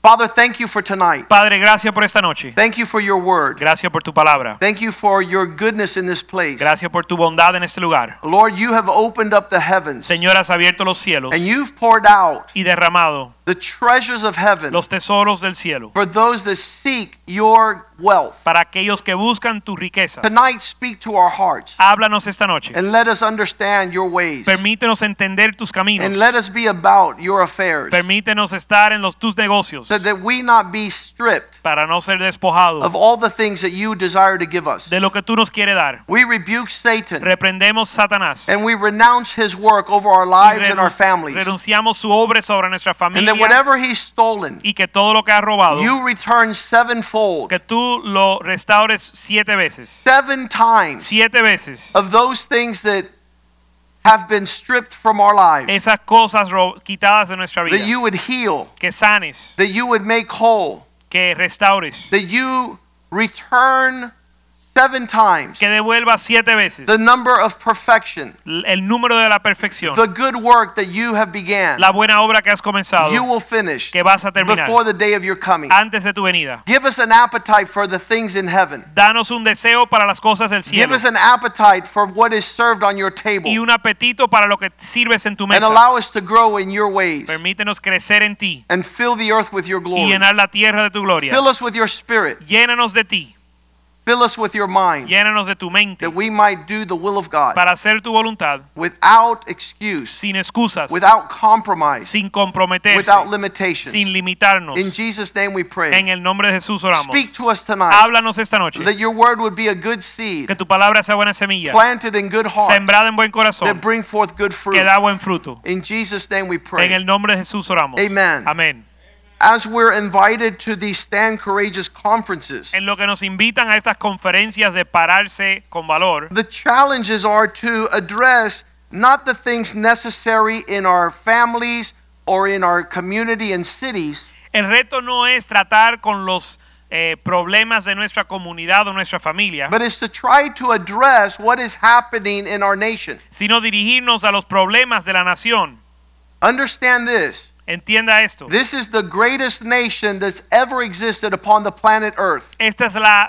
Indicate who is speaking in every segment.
Speaker 1: Father, thank you for tonight.
Speaker 2: Padre, gracias por esta noche.
Speaker 1: Thank you for your word.
Speaker 2: Gracias por tu palabra.
Speaker 1: Thank you for your goodness in this place.
Speaker 2: Gracias por tu bondad en este lugar.
Speaker 1: Lord, you have opened up the heavens
Speaker 2: Señor, has abierto los cielos
Speaker 1: and you've poured out
Speaker 2: y derramado
Speaker 1: the treasures of heaven
Speaker 2: los tesoros del cielo
Speaker 1: for those that seek your wealth.
Speaker 2: para aquellos que buscan tus riquezas.
Speaker 1: Tonight, speak to our hearts
Speaker 2: Háblanos esta noche.
Speaker 1: and let us understand your ways
Speaker 2: Permítenos entender tus
Speaker 1: and
Speaker 2: caminos.
Speaker 1: let us be about your affairs
Speaker 2: Permítenos estar en los tus negocios
Speaker 1: so that we not be stripped
Speaker 2: para no ser
Speaker 1: of
Speaker 2: despojados
Speaker 1: all the things that you desire to give us.
Speaker 2: de lo que tú nos quieres dar.
Speaker 1: We rebuke Satan
Speaker 2: Reprendemos Satanás.
Speaker 1: and we renounce his work over our
Speaker 2: Y
Speaker 1: lives and our
Speaker 2: renun-
Speaker 1: families.
Speaker 2: renunciamos su obra sobre nuestra
Speaker 1: And
Speaker 2: familia
Speaker 1: that whatever he's stolen,
Speaker 2: y que todo lo que ha robado
Speaker 1: you return sevenfold,
Speaker 2: que tú lo restaures siete veces.
Speaker 1: seven times
Speaker 2: Siete veces.
Speaker 1: of those things that have been stripped from our lives.
Speaker 2: Esas cosas ro- quitadas de nuestra vida.
Speaker 1: That you would heal,
Speaker 2: Que sanes,
Speaker 1: that you would make whole,
Speaker 2: que restaures,
Speaker 1: that you return seven times
Speaker 2: que devuelvas siete veces
Speaker 1: the number of perfection,
Speaker 2: l- el número de la perfección.
Speaker 1: the good work that you have began.
Speaker 2: La buena obra que has comenzado,
Speaker 1: You will finish
Speaker 2: que vas a terminar
Speaker 1: before the day of your coming.
Speaker 2: antes de tu venida.
Speaker 1: Give us an appetite for the things in heaven.
Speaker 2: Danos un deseo para las cosas del
Speaker 1: Give
Speaker 2: cielo
Speaker 1: us an appetite for what is served on your table.
Speaker 2: y un apetito para lo que sirves en tu
Speaker 1: and
Speaker 2: mesa.
Speaker 1: allow us to grow in your ways
Speaker 2: Permítenos crecer en ti
Speaker 1: and fill the earth with your
Speaker 2: y
Speaker 1: glory.
Speaker 2: llenar la tierra de tu gloria.
Speaker 1: Fill us with your spirit.
Speaker 2: Llénanos de ti,
Speaker 1: Fill us with your mind
Speaker 2: llénanos de tu mente
Speaker 1: that we might do the will of God
Speaker 2: para hacer tu voluntad
Speaker 1: without excuse,
Speaker 2: sin excusas,
Speaker 1: without compromise,
Speaker 2: sin comprometerse,
Speaker 1: without limitations.
Speaker 2: sin limitarnos.
Speaker 1: In Jesus' name we
Speaker 2: En
Speaker 1: pray.
Speaker 2: el nombre de Jesús oramos.
Speaker 1: Speak to us tonight
Speaker 2: Háblanos esta noche.
Speaker 1: that your word would be a good seed
Speaker 2: Que tu palabra sea buena semilla,
Speaker 1: planted in good heart
Speaker 2: sembrada en buen
Speaker 1: that
Speaker 2: corazón,
Speaker 1: bring forth good
Speaker 2: que
Speaker 1: fruit.
Speaker 2: da buen fruto.
Speaker 1: In Jesus' name we
Speaker 2: En
Speaker 1: pray.
Speaker 2: el nombre de Jesús oramos.
Speaker 1: Amen.
Speaker 2: Amén.
Speaker 1: As we're invited to these Stand Courageous conferences,
Speaker 2: En lo que nos invitan a estas conferencias de pararse con valor,
Speaker 1: The challenges are to address not the things necessary in our families or in our community and cities,
Speaker 2: el reto no es tratar con los eh, problemas de nuestra comunidad o nuestra familia,
Speaker 1: but is to try to address what is happening in our nation.
Speaker 2: sino dirigirnos a los problemas de la nación.
Speaker 1: Understand this
Speaker 2: Entienda esto.
Speaker 1: this is the greatest nation that's ever existed upon the planet Earth.
Speaker 2: Esta es la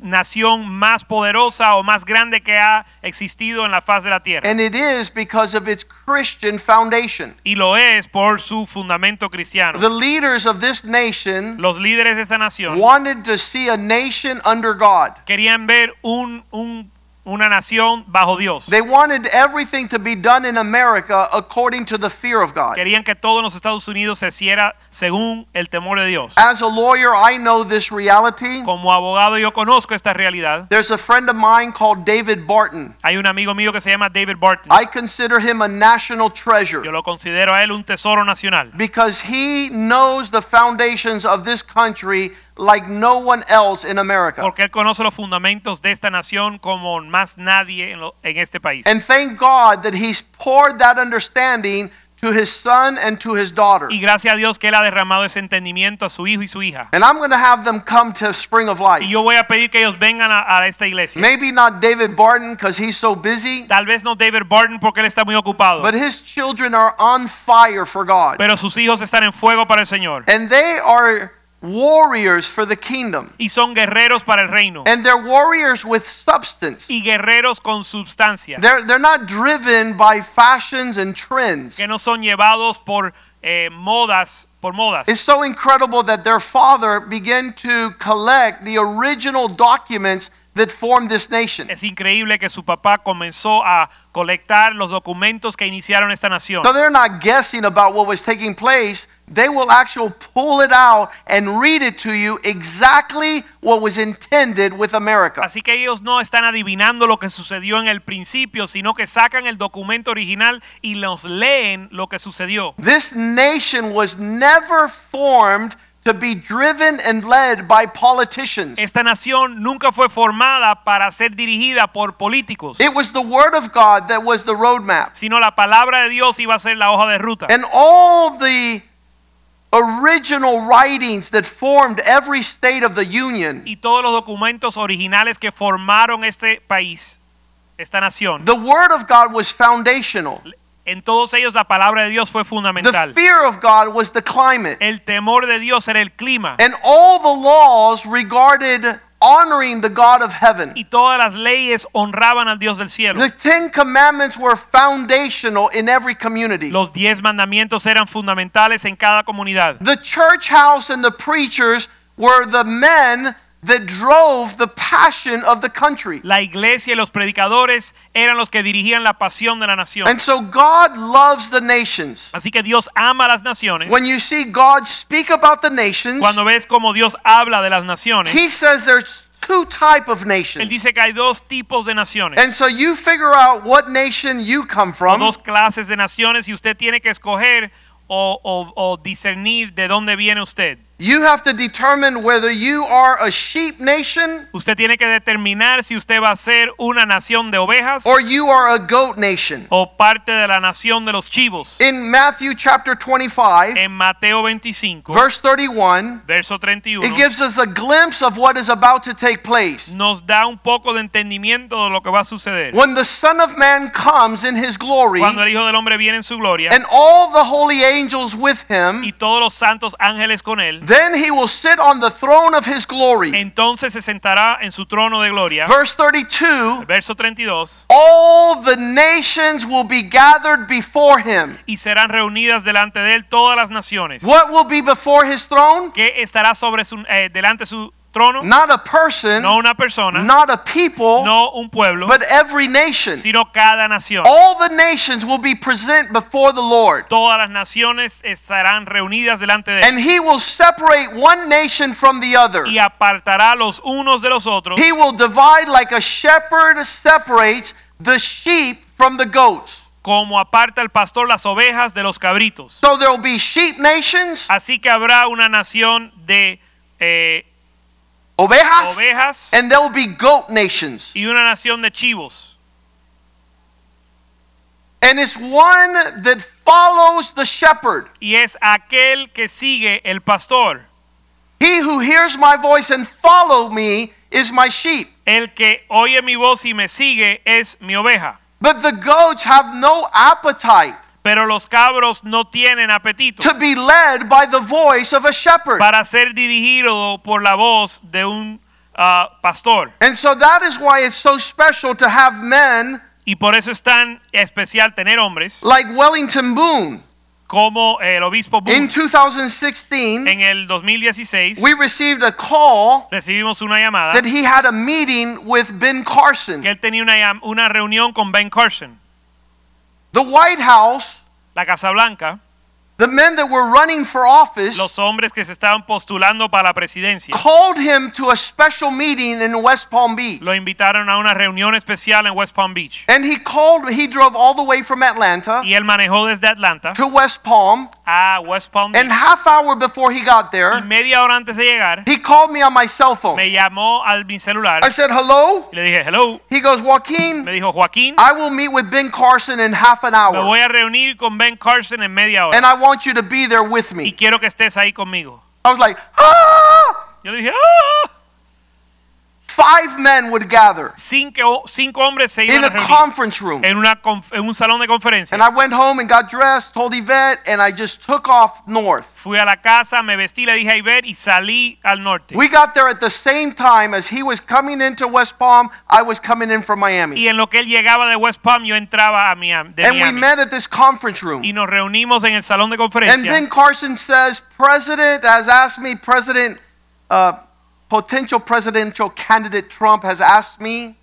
Speaker 2: nación más poderosa o más grande que ha existido en la faz de la tierra.
Speaker 1: And it is because of its Christian foundation.
Speaker 2: y lo es por su fundamento cristiano.
Speaker 1: The leaders of this nation
Speaker 2: Los líderes de esta nación
Speaker 1: wanted to see a nation under God.
Speaker 2: querían ver un, un- una nación bajo Dios.
Speaker 1: They wanted everything to be done in America according to the fear of God.
Speaker 2: Querían que todo en los Estados Unidos se hiciera según el temor de Dios.
Speaker 1: As a lawyer, I know this reality.
Speaker 2: Como abogado yo conozco esta realidad.
Speaker 1: There's a friend of mine called David Barton.
Speaker 2: Hay un amigo mío que se llama David Barton.
Speaker 1: I consider him a national treasure
Speaker 2: Yo lo considero a él un tesoro nacional.
Speaker 1: because he knows the foundations of this country like no one else in America.
Speaker 2: Porque él conoce los fundamentos de esta nación como más nadie en, lo- en este país.
Speaker 1: And thank God that he's poured that understanding to his son and to his daughter.
Speaker 2: Y gracias a Dios que él ha derramado ese entendimiento a su hijo y su hija.
Speaker 1: And I'm going to have them come to Spring of Life.
Speaker 2: Y yo voy a pedir que ellos vengan a, a esta iglesia.
Speaker 1: Maybe not David Barton because he's so busy,
Speaker 2: Tal vez no David Barton porque él está muy ocupado.
Speaker 1: but his children are on fire for God.
Speaker 2: pero sus hijos están en fuego para el Señor.
Speaker 1: And they are warriors for the kingdom.
Speaker 2: Y son guerreros para el reino.
Speaker 1: and they're warriors with substance.
Speaker 2: Y guerreros con substancia.
Speaker 1: They're, they're not driven by fashions and trends.
Speaker 2: Que no son llevados por eh, modas. Por modas.
Speaker 1: It's so incredible that their father began to collect the original documents that formed this nation.
Speaker 2: Es increíble que su papá comenzó a colectar los documentos que iniciaron esta nación.
Speaker 1: So they're not guessing about what was taking place. They will actually pull it out and read it to you exactly what was intended with America.
Speaker 2: Así que ellos no están adivinando lo que sucedió en el principio, sino que sacan el documento original y nos leen lo que sucedió.
Speaker 1: This nation was never formed to be driven and led by politicians.
Speaker 2: Esta nación nunca fue formada para ser dirigida por políticos,
Speaker 1: It was the Word of God that was the roadmap.
Speaker 2: sino la palabra de Dios iba a ser la hoja de ruta.
Speaker 1: And all the original writings that formed every state of the Union,
Speaker 2: Y todos los documentos originales que formaron este país, esta nación,
Speaker 1: the Word of God was foundational.
Speaker 2: en todos ellos la palabra de Dios fue
Speaker 1: The
Speaker 2: fundamental.
Speaker 1: fear of God was the climate.
Speaker 2: El temor de Dios era el clima.
Speaker 1: And all the laws regarded honoring the God of heaven.
Speaker 2: Y todas las leyes honraban al Dios del cielo.
Speaker 1: The Ten Commandments were foundational in every community.
Speaker 2: Los diez mandamientos eran fundamentales en cada comunidad.
Speaker 1: The church house and the preachers were the men that drove the passion of the country.
Speaker 2: La iglesia y los predicadores eran los que dirigían la pasión de la nación.
Speaker 1: And so God loves the nations.
Speaker 2: Así que Dios ama a las naciones.
Speaker 1: When you see God speak about the nations,
Speaker 2: Cuando ves cómo Dios habla de las naciones,
Speaker 1: he says there's two type of
Speaker 2: él
Speaker 1: nations.
Speaker 2: dice que hay dos tipos de naciones,
Speaker 1: And so you figure out what nation you come
Speaker 2: o
Speaker 1: from
Speaker 2: dos clases de naciones y usted tiene que escoger o, o- o discernir de dónde viene usted.
Speaker 1: You have to determine whether you are a sheep nation
Speaker 2: Usted tiene que determinar si usted va a ser una nación de ovejas
Speaker 1: or you are a goat nation.
Speaker 2: o parte de la nación de los chivos.
Speaker 1: In Matthew chapter 25,
Speaker 2: En Mateo 25,
Speaker 1: verse 31,
Speaker 2: verso 31,
Speaker 1: it gives us a glimpse of what is about to take place.
Speaker 2: nos da un poco de entendimiento de lo que va a suceder.
Speaker 1: When the Son of Man comes in his glory
Speaker 2: Cuando el Hijo del Hombre viene en su gloria
Speaker 1: and all the holy angels with him,
Speaker 2: y todos los santos ángeles con él,
Speaker 1: then he will sit on the throne of his glory.
Speaker 2: entonces se sentará en su trono de gloria.
Speaker 1: Verse 32,
Speaker 2: Verso 32.
Speaker 1: all the nations will be gathered before him.
Speaker 2: Y serán reunidas delante de él todas las naciones.
Speaker 1: What will be before his throne?
Speaker 2: Que estará sobre su, eh, delante de su trono.
Speaker 1: Not a person,
Speaker 2: No una persona,
Speaker 1: not a people,
Speaker 2: no un pueblo,
Speaker 1: but every nation.
Speaker 2: sino cada nación.
Speaker 1: All the nations will be present before the Lord.
Speaker 2: Todas las naciones estarán reunidas delante de él.
Speaker 1: And he will separate one nation from the other.
Speaker 2: Y apartará los unos de los otros.
Speaker 1: He will divide like a shepherd separates the sheep from the goats.
Speaker 2: Como aparta el pastor las ovejas de los cabritos.
Speaker 1: So there will be sheep nations,
Speaker 2: Así que habrá una nación de eh,
Speaker 1: ovejas,
Speaker 2: ovejas
Speaker 1: and there will be goat nations.
Speaker 2: y una nación de chivos.
Speaker 1: And it's one that follows the shepherd.
Speaker 2: Y es aquel que sigue el pastor.
Speaker 1: He who hears my voice and follow me is my sheep.
Speaker 2: El que oye mi voz y me sigue es mi oveja.
Speaker 1: But the goats have no appetite
Speaker 2: Pero los cabros no tienen apetito
Speaker 1: to be led by the voice of a shepherd.
Speaker 2: para ser dirigido por la voz de un ah, pastor.
Speaker 1: And so that is why it's so special to have men
Speaker 2: Y por eso es tan especial tener hombres
Speaker 1: like Wellington Boone.
Speaker 2: como el obispo Boone.
Speaker 1: In 2016,
Speaker 2: En el 2016
Speaker 1: we received a call
Speaker 2: recibimos una llamada
Speaker 1: that he had a meeting with Ben Carson.
Speaker 2: que él tenía una, llam- una reunión con Ben Carson.
Speaker 1: The White House,
Speaker 2: La Casa Blanca,
Speaker 1: the men that were running for office,
Speaker 2: los hombres que se estaban postulando para la presidencia,
Speaker 1: called him to a special meeting in West Palm Beach.
Speaker 2: lo invitaron a una reunión especial en West Palm Beach.
Speaker 1: And he called, he drove all the way from Atlanta
Speaker 2: Y él manejó desde Atlanta
Speaker 1: to West Palm.
Speaker 2: a West Palm Beach.
Speaker 1: And half hour before he got
Speaker 2: Y
Speaker 1: there,
Speaker 2: media hora antes de llegar,
Speaker 1: he called me on my cell
Speaker 2: me
Speaker 1: phone.
Speaker 2: llamó al mi celular
Speaker 1: I said, hello?
Speaker 2: y le dije, hello.
Speaker 1: He goes, Joaquin,
Speaker 2: Me dijo, Joaquín,
Speaker 1: I will meet with Ben Carson in half an
Speaker 2: me
Speaker 1: hour,
Speaker 2: voy a reunir con Ben Carson en media hora
Speaker 1: and I want you to be there with
Speaker 2: y
Speaker 1: me.
Speaker 2: quiero que estés ahí conmigo.
Speaker 1: I was like, ah!
Speaker 2: Yo le dije, "Ah".
Speaker 1: Five men would gather
Speaker 2: cinco, cinco hombres se
Speaker 1: in
Speaker 2: iban a
Speaker 1: a
Speaker 2: reunir
Speaker 1: conference room.
Speaker 2: en, una conf- en un salón de conferencia.
Speaker 1: And I went home and got dressed, told Yvette, and I just took off north.
Speaker 2: Fui a la casa, me vestí, le dije a Iber y salí al norte.
Speaker 1: We got there at the same time as he was coming into West Palm, I was coming in from Miami.
Speaker 2: Y en lo que él llegaba de West Palm, yo entraba a Miami, de
Speaker 1: And we
Speaker 2: Miami.
Speaker 1: met at this conference
Speaker 2: y
Speaker 1: room.
Speaker 2: nos reunimos en el salón de
Speaker 1: And
Speaker 2: conferencia.
Speaker 1: Ben Carson says, President has asked me, President, uh, potential presidential candidate Trump has asked me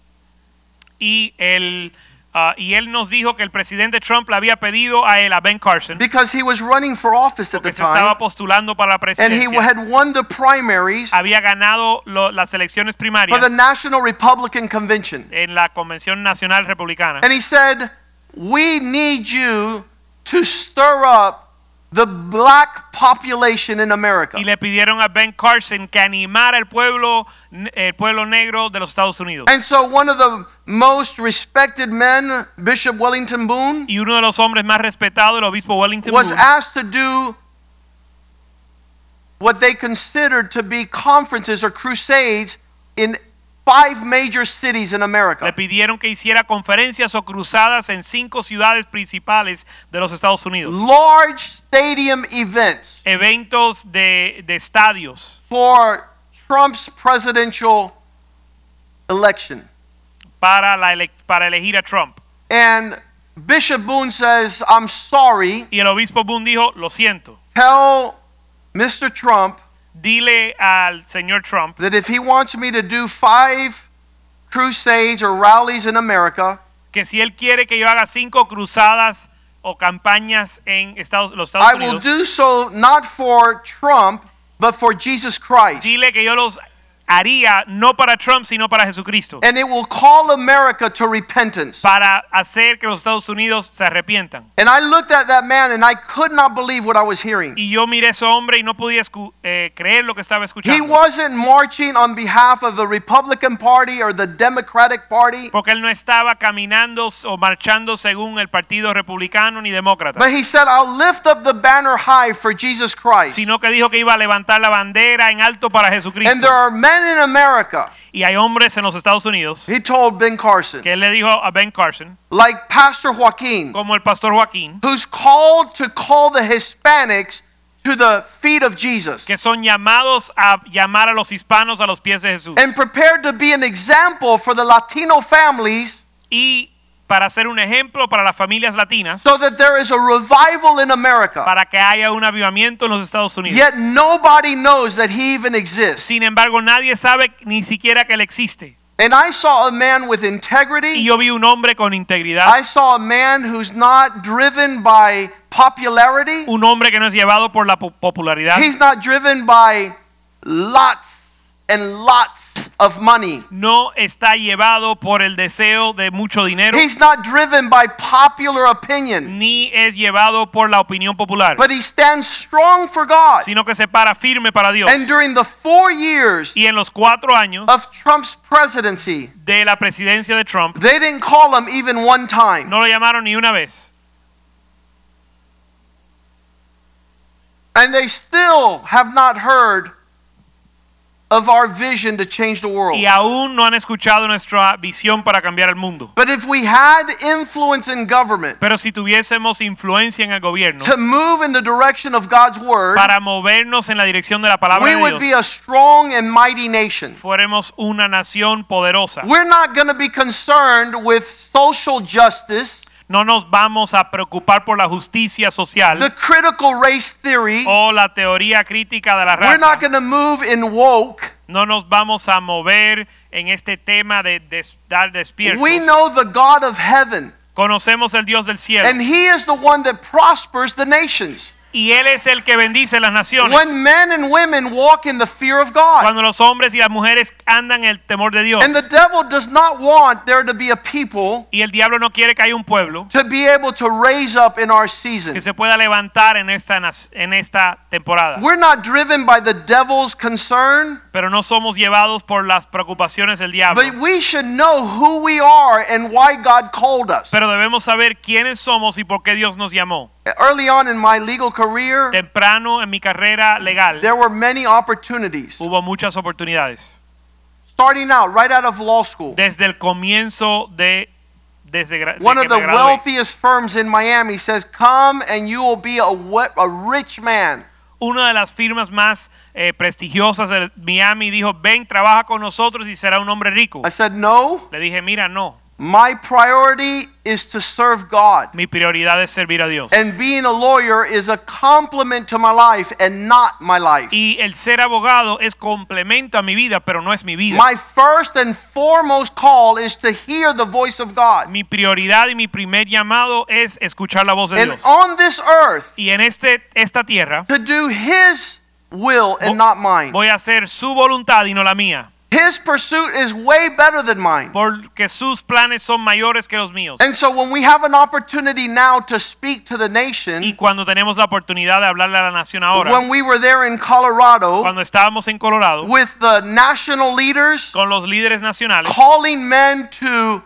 Speaker 2: y el ah, y él nos dijo que el presidente Trump le había pedido a él a Ben Carson
Speaker 1: because he was running for office at the
Speaker 2: que se estaba
Speaker 1: time
Speaker 2: postulando para la
Speaker 1: and he
Speaker 2: presidencia
Speaker 1: had won the primaries
Speaker 2: había ganado lo- las elecciones
Speaker 1: for
Speaker 2: primarias
Speaker 1: the National Republican Convention.
Speaker 2: en la convención nacional republicana
Speaker 1: And he said, We need you to stir up the black population in America.
Speaker 2: y le pidieron a Ben Carson que animara al pueblo, el pueblo negro de los Estados Unidos.
Speaker 1: And so, one of the most respected men, Bishop Wellington Boone,
Speaker 2: Y uno de los hombres más respetados, el obispo Wellington
Speaker 1: was
Speaker 2: Boone,
Speaker 1: asked to do what they considered to be conferences or crusades in five major cities in
Speaker 2: le
Speaker 1: America.
Speaker 2: pidieron que hiciera conferencias o cruzadas en cinco ciudades principales de los Estados Unidos.
Speaker 1: Large stadium events
Speaker 2: Eventos de, de estadios
Speaker 1: for Trump's presidential election.
Speaker 2: para, la ele- para elegir a Trump.
Speaker 1: And Bishop Boone says, I'm sorry,
Speaker 2: Y el obispo Boone dijo, lo siento,
Speaker 1: tell Mr. Trump
Speaker 2: dile al señor Trump
Speaker 1: that if he wants me to do five crusades or rallies in America,
Speaker 2: que si él quiere que yo haga cinco cruzadas o campañas en Estados, los Estados
Speaker 1: I will
Speaker 2: Unidos,
Speaker 1: do so not for Trump, but for Jesus Christ.
Speaker 2: dile que yo los haría no para Trump, sino para Jesucristo,
Speaker 1: And it will call America to repentance.
Speaker 2: para hacer que los Estados Unidos se arrepientan.
Speaker 1: And I looked at that man and I could not believe what I was hearing.
Speaker 2: Y yo miré a ese hombre y no podía escu- eh, creer lo que estaba
Speaker 1: He
Speaker 2: escuchando.
Speaker 1: wasn't marching on behalf of the Republican Party or the Democratic Party,
Speaker 2: Porque él no estaba caminando o marchando según el Partido Republicano ni Demócrata,
Speaker 1: but he said, I'll lift up the banner high for Jesus Christ.
Speaker 2: sino que dijo que iba a levantar la bandera en alto para
Speaker 1: And
Speaker 2: Jesucristo.
Speaker 1: there are men in America,
Speaker 2: Y hay hombres en los Estados Unidos
Speaker 1: he told Ben Carson,
Speaker 2: que él le dijo a Ben Carson,
Speaker 1: like Pastor Joaquin,
Speaker 2: como el pastor Joaquín,
Speaker 1: who's called to call the Hispanics to the feet of Jesus.
Speaker 2: que son llamados a llamar a los hispanos a los pies de Jesús.
Speaker 1: and prepared to be an example for the Latino families
Speaker 2: y para ser un ejemplo para las familias latinas,
Speaker 1: so that there is a revival in America.
Speaker 2: para que haya un avivamiento en los Estados Unidos.
Speaker 1: Yet nobody knows that he even exists.
Speaker 2: Sin embargo, nadie sabe ni siquiera que él existe.
Speaker 1: And I saw a man with
Speaker 2: Y
Speaker 1: integrity.
Speaker 2: yo vi un hombre con integridad,
Speaker 1: I saw a man who's not driven by popularity.
Speaker 2: un hombre que no es llevado por la po- popularidad,
Speaker 1: He's not driven by lots and lots of money.
Speaker 2: no está llevado por el deseo de mucho dinero,
Speaker 1: He's not driven by popular opinion.
Speaker 2: ni es llevado por la opinión popular,
Speaker 1: But he stands strong for God.
Speaker 2: sino que se para firme para Dios.
Speaker 1: And during the four years
Speaker 2: Y en los cuatro años
Speaker 1: of Trump's presidency,
Speaker 2: de la presidencia de Trump,
Speaker 1: They didn't call him even one time.
Speaker 2: no lo llamaron ni una vez.
Speaker 1: And they still have not heard of our vision to change the world.
Speaker 2: Y aún no han escuchado nuestra visión para cambiar el mundo.
Speaker 1: But if we had influence in government
Speaker 2: Pero si tuviésemos influencia en el gobierno
Speaker 1: to move in the direction of God's word,
Speaker 2: para movernos en la dirección de la palabra
Speaker 1: we
Speaker 2: de
Speaker 1: would
Speaker 2: Dios,
Speaker 1: be a strong and mighty nation.
Speaker 2: fuéramos una nación poderosa.
Speaker 1: We're not going to be concerned with social justice,
Speaker 2: No nos vamos a preocupar por la justicia
Speaker 1: the
Speaker 2: social
Speaker 1: critical race theory.
Speaker 2: o la teoría crítica de la
Speaker 1: We're not
Speaker 2: raza.
Speaker 1: going to move in woke.
Speaker 2: No nos vamos a mover en este tema de des- dar despiertos.
Speaker 1: We know the God of heaven,
Speaker 2: Conocemos el Dios del cielo
Speaker 1: and He is the one that prospers the nations.
Speaker 2: y Él es el que bendice las naciones.
Speaker 1: When men and women walk in the fear of God,
Speaker 2: Cuando los hombres y las mujeres andan en el temor de Dios
Speaker 1: and the devil does not want there to be a people
Speaker 2: y el diablo no quiere que haya un pueblo
Speaker 1: to be able to raise up in our
Speaker 2: que
Speaker 1: season.
Speaker 2: se pueda levantar en esta, nas- en esta temporada.
Speaker 1: We're not driven by the devil's concern,
Speaker 2: pero no somos llevados por las preocupaciones del diablo.
Speaker 1: but we should know who we are and why God called us.
Speaker 2: Pero debemos saber quiénes somos y por qué Dios nos llamó.
Speaker 1: Early on in my legal career,
Speaker 2: Temprano en mi carrera legal
Speaker 1: there were many opportunities.
Speaker 2: hubo muchas oportunidades.
Speaker 1: Starting out right out of law school,
Speaker 2: Desde el comienzo de desde gra- de que
Speaker 1: one of the
Speaker 2: me gradué,
Speaker 1: wealthiest firms in Miami says, "Come and you will be a, we- a rich man."
Speaker 2: una de las firmas más eh, prestigiosas de Miami dijo, "Ven, trabaja con nosotros y será un hombre rico."
Speaker 1: I said, "No."
Speaker 2: Le dije, "Mira, no.
Speaker 1: My priority is to serve God.
Speaker 2: Mi prioridad es servir a Dios."
Speaker 1: And being a lawyer is a complement to my life and not my life.
Speaker 2: Y el ser abogado es complemento a mi vida, pero no es mi vida.
Speaker 1: My first and foremost call is to hear the voice of God.
Speaker 2: Mi prioridad y mi primer llamado es escuchar la voz de
Speaker 1: And
Speaker 2: Dios.
Speaker 1: on this earth,
Speaker 2: Y en este, esta tierra
Speaker 1: to do His will and not mine,
Speaker 2: voy a hacer su voluntad y no la mía.
Speaker 1: His pursuit is way better than mine.
Speaker 2: porque sus planes son mayores que los míos.
Speaker 1: And so when we have an opportunity now to speak to the
Speaker 2: Y
Speaker 1: nation,
Speaker 2: cuando tenemos la oportunidad de hablarle a la nación ahora,
Speaker 1: when we were there in Colorado
Speaker 2: cuando estábamos en Colorado,
Speaker 1: with the national leaders
Speaker 2: con los líderes nacionales,
Speaker 1: calling men to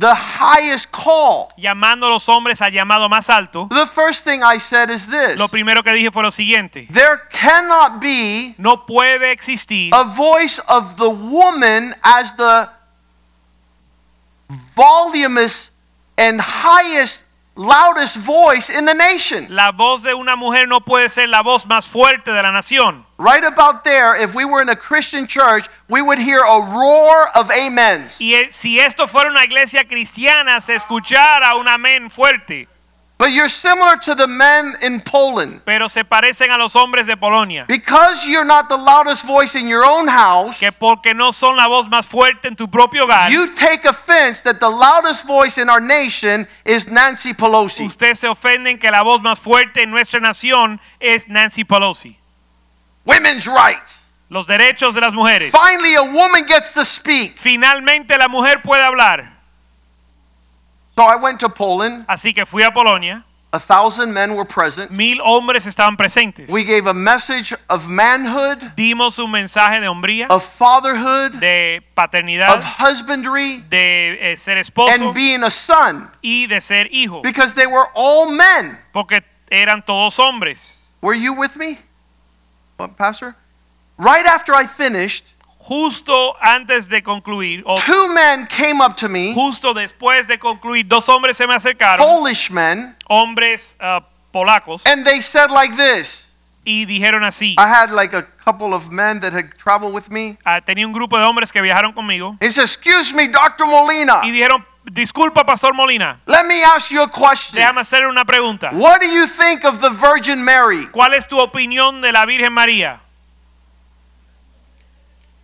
Speaker 1: the highest call,
Speaker 2: llamando a los hombres al llamado más alto,
Speaker 1: the first thing I said is this.
Speaker 2: lo primero que dije fue lo siguiente,
Speaker 1: There cannot be
Speaker 2: no puede existir
Speaker 1: a voice of the woman as the voluminous and highest, loudest voice in the nation.
Speaker 2: La voz de una mujer no puede ser la voz más fuerte de la nación.
Speaker 1: Right about there, if we were in a Christian church, we would hear a roar of amens.
Speaker 2: Y eh, si esto fuera una iglesia cristiana, se escuchara un amén fuerte.
Speaker 1: But you're similar to the men in Poland.
Speaker 2: Pero se parecen a los hombres de Polonia,
Speaker 1: Because you're not the loudest voice in your own house,
Speaker 2: que porque no son la voz más fuerte en tu propio hogar,
Speaker 1: you take offense that the loudest voice in our nation is Nancy Pelosi.
Speaker 2: usted se ofende en que la voz más fuerte en nuestra nación es Nancy Pelosi.
Speaker 1: Women's rights.
Speaker 2: Los derechos de las mujeres.
Speaker 1: Finally, a woman gets to speak.
Speaker 2: Finalmente la mujer puede hablar.
Speaker 1: So I went to Poland.
Speaker 2: Así que fui a Polonia,
Speaker 1: A thousand men were present.
Speaker 2: mil hombres estaban presentes.
Speaker 1: We gave a message of manhood,
Speaker 2: Dimos un mensaje de hombría,
Speaker 1: of fatherhood,
Speaker 2: de
Speaker 1: of
Speaker 2: paternidad,
Speaker 1: husbandry,
Speaker 2: de eh, ser
Speaker 1: and
Speaker 2: esposo
Speaker 1: being a son
Speaker 2: y de ser hijo,
Speaker 1: because they were all men.
Speaker 2: porque eran todos hombres.
Speaker 1: Were you with me? What, Pastor? Right after I finished,
Speaker 2: Justo antes de concluir, o
Speaker 1: two men came up to me,
Speaker 2: justo después de concluir, dos hombres se me acercaron,
Speaker 1: Polish men,
Speaker 2: hombres ah, polacos,
Speaker 1: and they said like this.
Speaker 2: y dijeron así.
Speaker 1: I had like a couple of men that had traveled with me.
Speaker 2: Ah, tenía un grupo de hombres que viajaron conmigo
Speaker 1: He said, Excuse me, Dr. Molina,
Speaker 2: y dijeron, disculpa, Pastor Molina,
Speaker 1: let me ask you a question.
Speaker 2: déjame hacerle una pregunta.
Speaker 1: What do you think of the Virgin Mary?
Speaker 2: ¿Cuál es tu opinión de la Virgen María?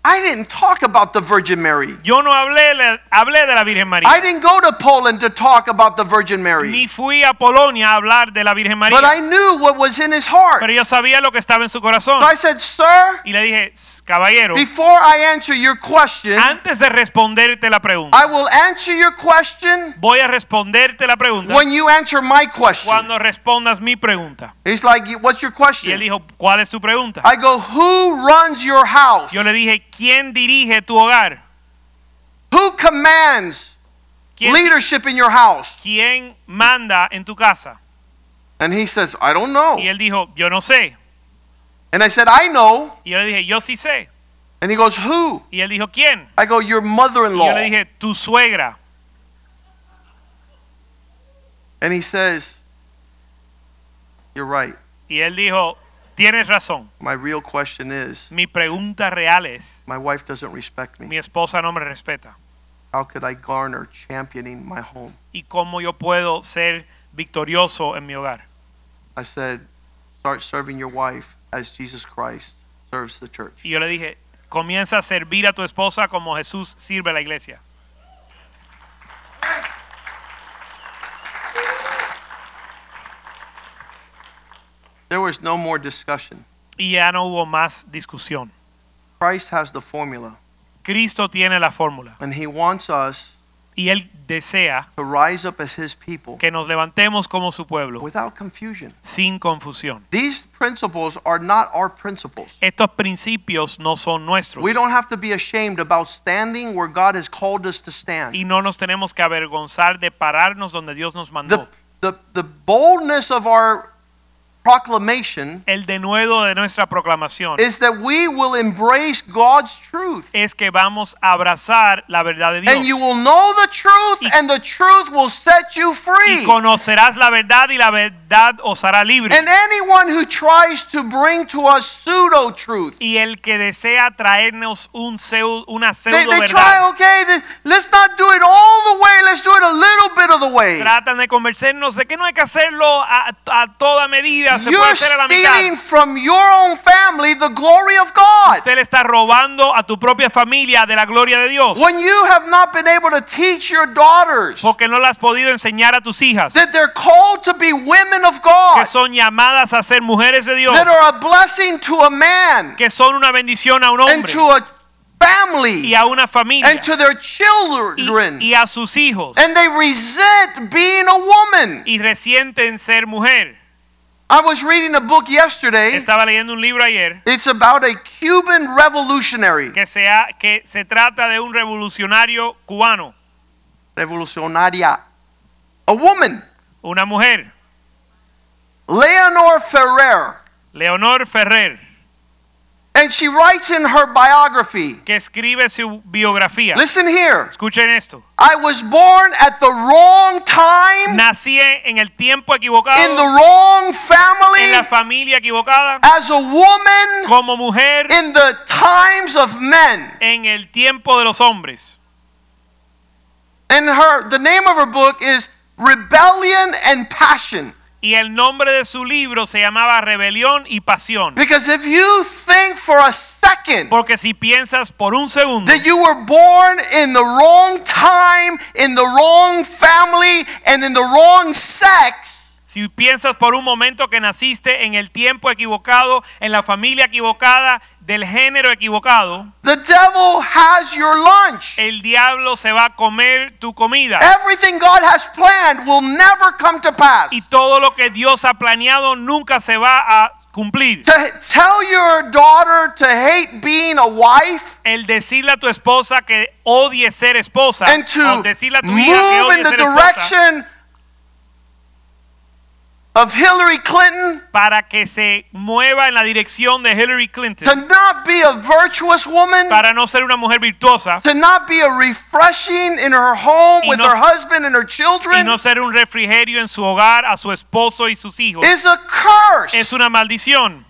Speaker 1: I didn't talk about the Virgin Mary.
Speaker 2: Yo no hablé, le- hablé de la Virgen
Speaker 1: I
Speaker 2: María,
Speaker 1: didn't go to Poland to talk about the Virgin Mary.
Speaker 2: ni fui a Polonia a hablar de la Virgen
Speaker 1: But
Speaker 2: María,
Speaker 1: I knew what was in his heart.
Speaker 2: pero yo sabía lo que estaba en su corazón.
Speaker 1: So I said, Sir,
Speaker 2: Y le dije, "S- caballero,
Speaker 1: before I answer your question,
Speaker 2: antes de responderte la pregunta,
Speaker 1: I will answer your question
Speaker 2: voy a responderte la pregunta
Speaker 1: when you answer my question.
Speaker 2: cuando respondas mi pregunta.
Speaker 1: He's like, What's your
Speaker 2: Y él
Speaker 1: question?
Speaker 2: dijo, ¿cuál es tu pregunta?
Speaker 1: I go, Who runs your house?
Speaker 2: Yo le dije, ¿quién dirige tu hogar?
Speaker 1: Who commands
Speaker 2: ¿Quién,
Speaker 1: leadership in your house?
Speaker 2: quién manda en tu casa?
Speaker 1: And he says, I don't
Speaker 2: Y
Speaker 1: know.
Speaker 2: él dijo, yo no sé.
Speaker 1: And I said, I know.
Speaker 2: Y yo le dije, yo sí sé.
Speaker 1: And he goes, Who?
Speaker 2: Y él dijo, ¿quién?
Speaker 1: I go, Your mother in
Speaker 2: Y yo le
Speaker 1: law.
Speaker 2: dije, tu suegra.
Speaker 1: And he says, You're right.
Speaker 2: Y él dijo, tienes razón.
Speaker 1: My real question is
Speaker 2: Mi pregunta real es,
Speaker 1: my wife doesn't respect me.
Speaker 2: mi esposa no me respeta.
Speaker 1: How could I garner championing my home?
Speaker 2: ¿Y cómo yo puedo ser victorioso en mi hogar?
Speaker 1: I said, Start serving your wife as Jesus Christ serves the church.
Speaker 2: Y yo le dije, comienza a servir a tu esposa como Jesús sirve a la iglesia.
Speaker 1: There was no more discussion.
Speaker 2: Y ya no hubo más discusión.
Speaker 1: Christ has the formula,
Speaker 2: Cristo tiene la fórmula.
Speaker 1: and he wants us
Speaker 2: Y Él desea
Speaker 1: to rise up as his people
Speaker 2: que nos levantemos como su pueblo,
Speaker 1: without confusion.
Speaker 2: sin confusión.
Speaker 1: These principles are not our principles.
Speaker 2: Estos principios no son nuestros.
Speaker 1: We don't have to be ashamed about standing where God has called us to stand.
Speaker 2: Y no nos tenemos que avergonzar de pararnos donde Dios nos
Speaker 1: the,
Speaker 2: mandó.
Speaker 1: the, the boldness of our proclamation
Speaker 2: El denuedo de nuestra proclamación
Speaker 1: is that we will embrace God's truth.
Speaker 2: es que vamos a abrazar la verdad de
Speaker 1: And you
Speaker 2: Dios.
Speaker 1: will know the truth,
Speaker 2: Y-
Speaker 1: and the truth will set you
Speaker 2: Y
Speaker 1: free.
Speaker 2: conocerás la verdad y la verdad os hará libre.
Speaker 1: And anyone who tries to bring to us pseudo truth,
Speaker 2: y el que desea traernos un seu- una
Speaker 1: they,
Speaker 2: pseudo
Speaker 1: they
Speaker 2: verdad
Speaker 1: try, okay, th- let's not do it all the way, let's do it a little bit of the way.
Speaker 2: tratan de convencernos de que no hay que hacerlo a, a toda medida se puede
Speaker 1: You're
Speaker 2: hacer a la mitad
Speaker 1: stealing from your own family the glory of God.
Speaker 2: usted le está robando a tu propia familia de la gloria de Dios
Speaker 1: When you have not been able to teach your daughters
Speaker 2: porque no le has podido enseñar a tus hijas
Speaker 1: that they're called to be women of
Speaker 2: que
Speaker 1: God,
Speaker 2: son llamadas a ser mujeres de Dios
Speaker 1: that are a blessing to a man
Speaker 2: que son una bendición a un
Speaker 1: and
Speaker 2: hombre
Speaker 1: to a family
Speaker 2: y a una familia
Speaker 1: and to their
Speaker 2: y,
Speaker 1: children.
Speaker 2: y a sus hijos
Speaker 1: and they resent being a woman.
Speaker 2: y resienten ser mujer.
Speaker 1: I was reading a book yesterday.
Speaker 2: Estaba leyendo un libro ayer
Speaker 1: It's about a Cuban revolutionary.
Speaker 2: que se, ha- que se trata de un revolucionario cubano,
Speaker 1: Revolucionaria. A woman,
Speaker 2: una mujer,
Speaker 1: Leonor Ferrer.
Speaker 2: Leonor Ferrer,
Speaker 1: And she writes in her biography.
Speaker 2: que escribe su biografía.
Speaker 1: Listen here.
Speaker 2: Escuchen esto.
Speaker 1: I was born at the wrong time,
Speaker 2: Nací en el tiempo
Speaker 1: in the
Speaker 2: equivocado,
Speaker 1: wrong
Speaker 2: en la
Speaker 1: family,
Speaker 2: familia equivocada,
Speaker 1: as a woman,
Speaker 2: como mujer
Speaker 1: in the times of men.
Speaker 2: en el tiempo de los hombres.
Speaker 1: And her the name of her book is Rebellion and Passion.
Speaker 2: Y el nombre de su libro se llamaba Rebelión y Pasión.
Speaker 1: Because if you think for a second
Speaker 2: Porque si piensas por un segundo
Speaker 1: that you were born in the wrong time, in the wrong family, and in the wrong sex,
Speaker 2: Si piensas por un momento que naciste en el tiempo equivocado, en la familia equivocada, del género equivocado,
Speaker 1: the devil has your lunch.
Speaker 2: el diablo se va a comer tu comida.
Speaker 1: Everything God has planned will never come to pass.
Speaker 2: Y todo lo que Dios ha planeado nunca se va a cumplir.
Speaker 1: To tell your daughter to hate being a wife
Speaker 2: El decirle a tu esposa que odie ser esposa,
Speaker 1: and to
Speaker 2: o
Speaker 1: move
Speaker 2: decirle a tu hija que
Speaker 1: in
Speaker 2: odie
Speaker 1: the
Speaker 2: ser esposa,
Speaker 1: direction of Hillary Clinton,
Speaker 2: para que se mueva en la dirección de Hillary
Speaker 1: to
Speaker 2: Clinton,
Speaker 1: not be a virtuous woman,
Speaker 2: para no ser una mujer virtuosa
Speaker 1: to not be a refreshing in her home
Speaker 2: Y
Speaker 1: with
Speaker 2: no-
Speaker 1: her husband and her
Speaker 2: y
Speaker 1: children
Speaker 2: no ser un refrigerio en su hogar a su esposo y sus hijos.
Speaker 1: is a curse.
Speaker 2: Es una maldición.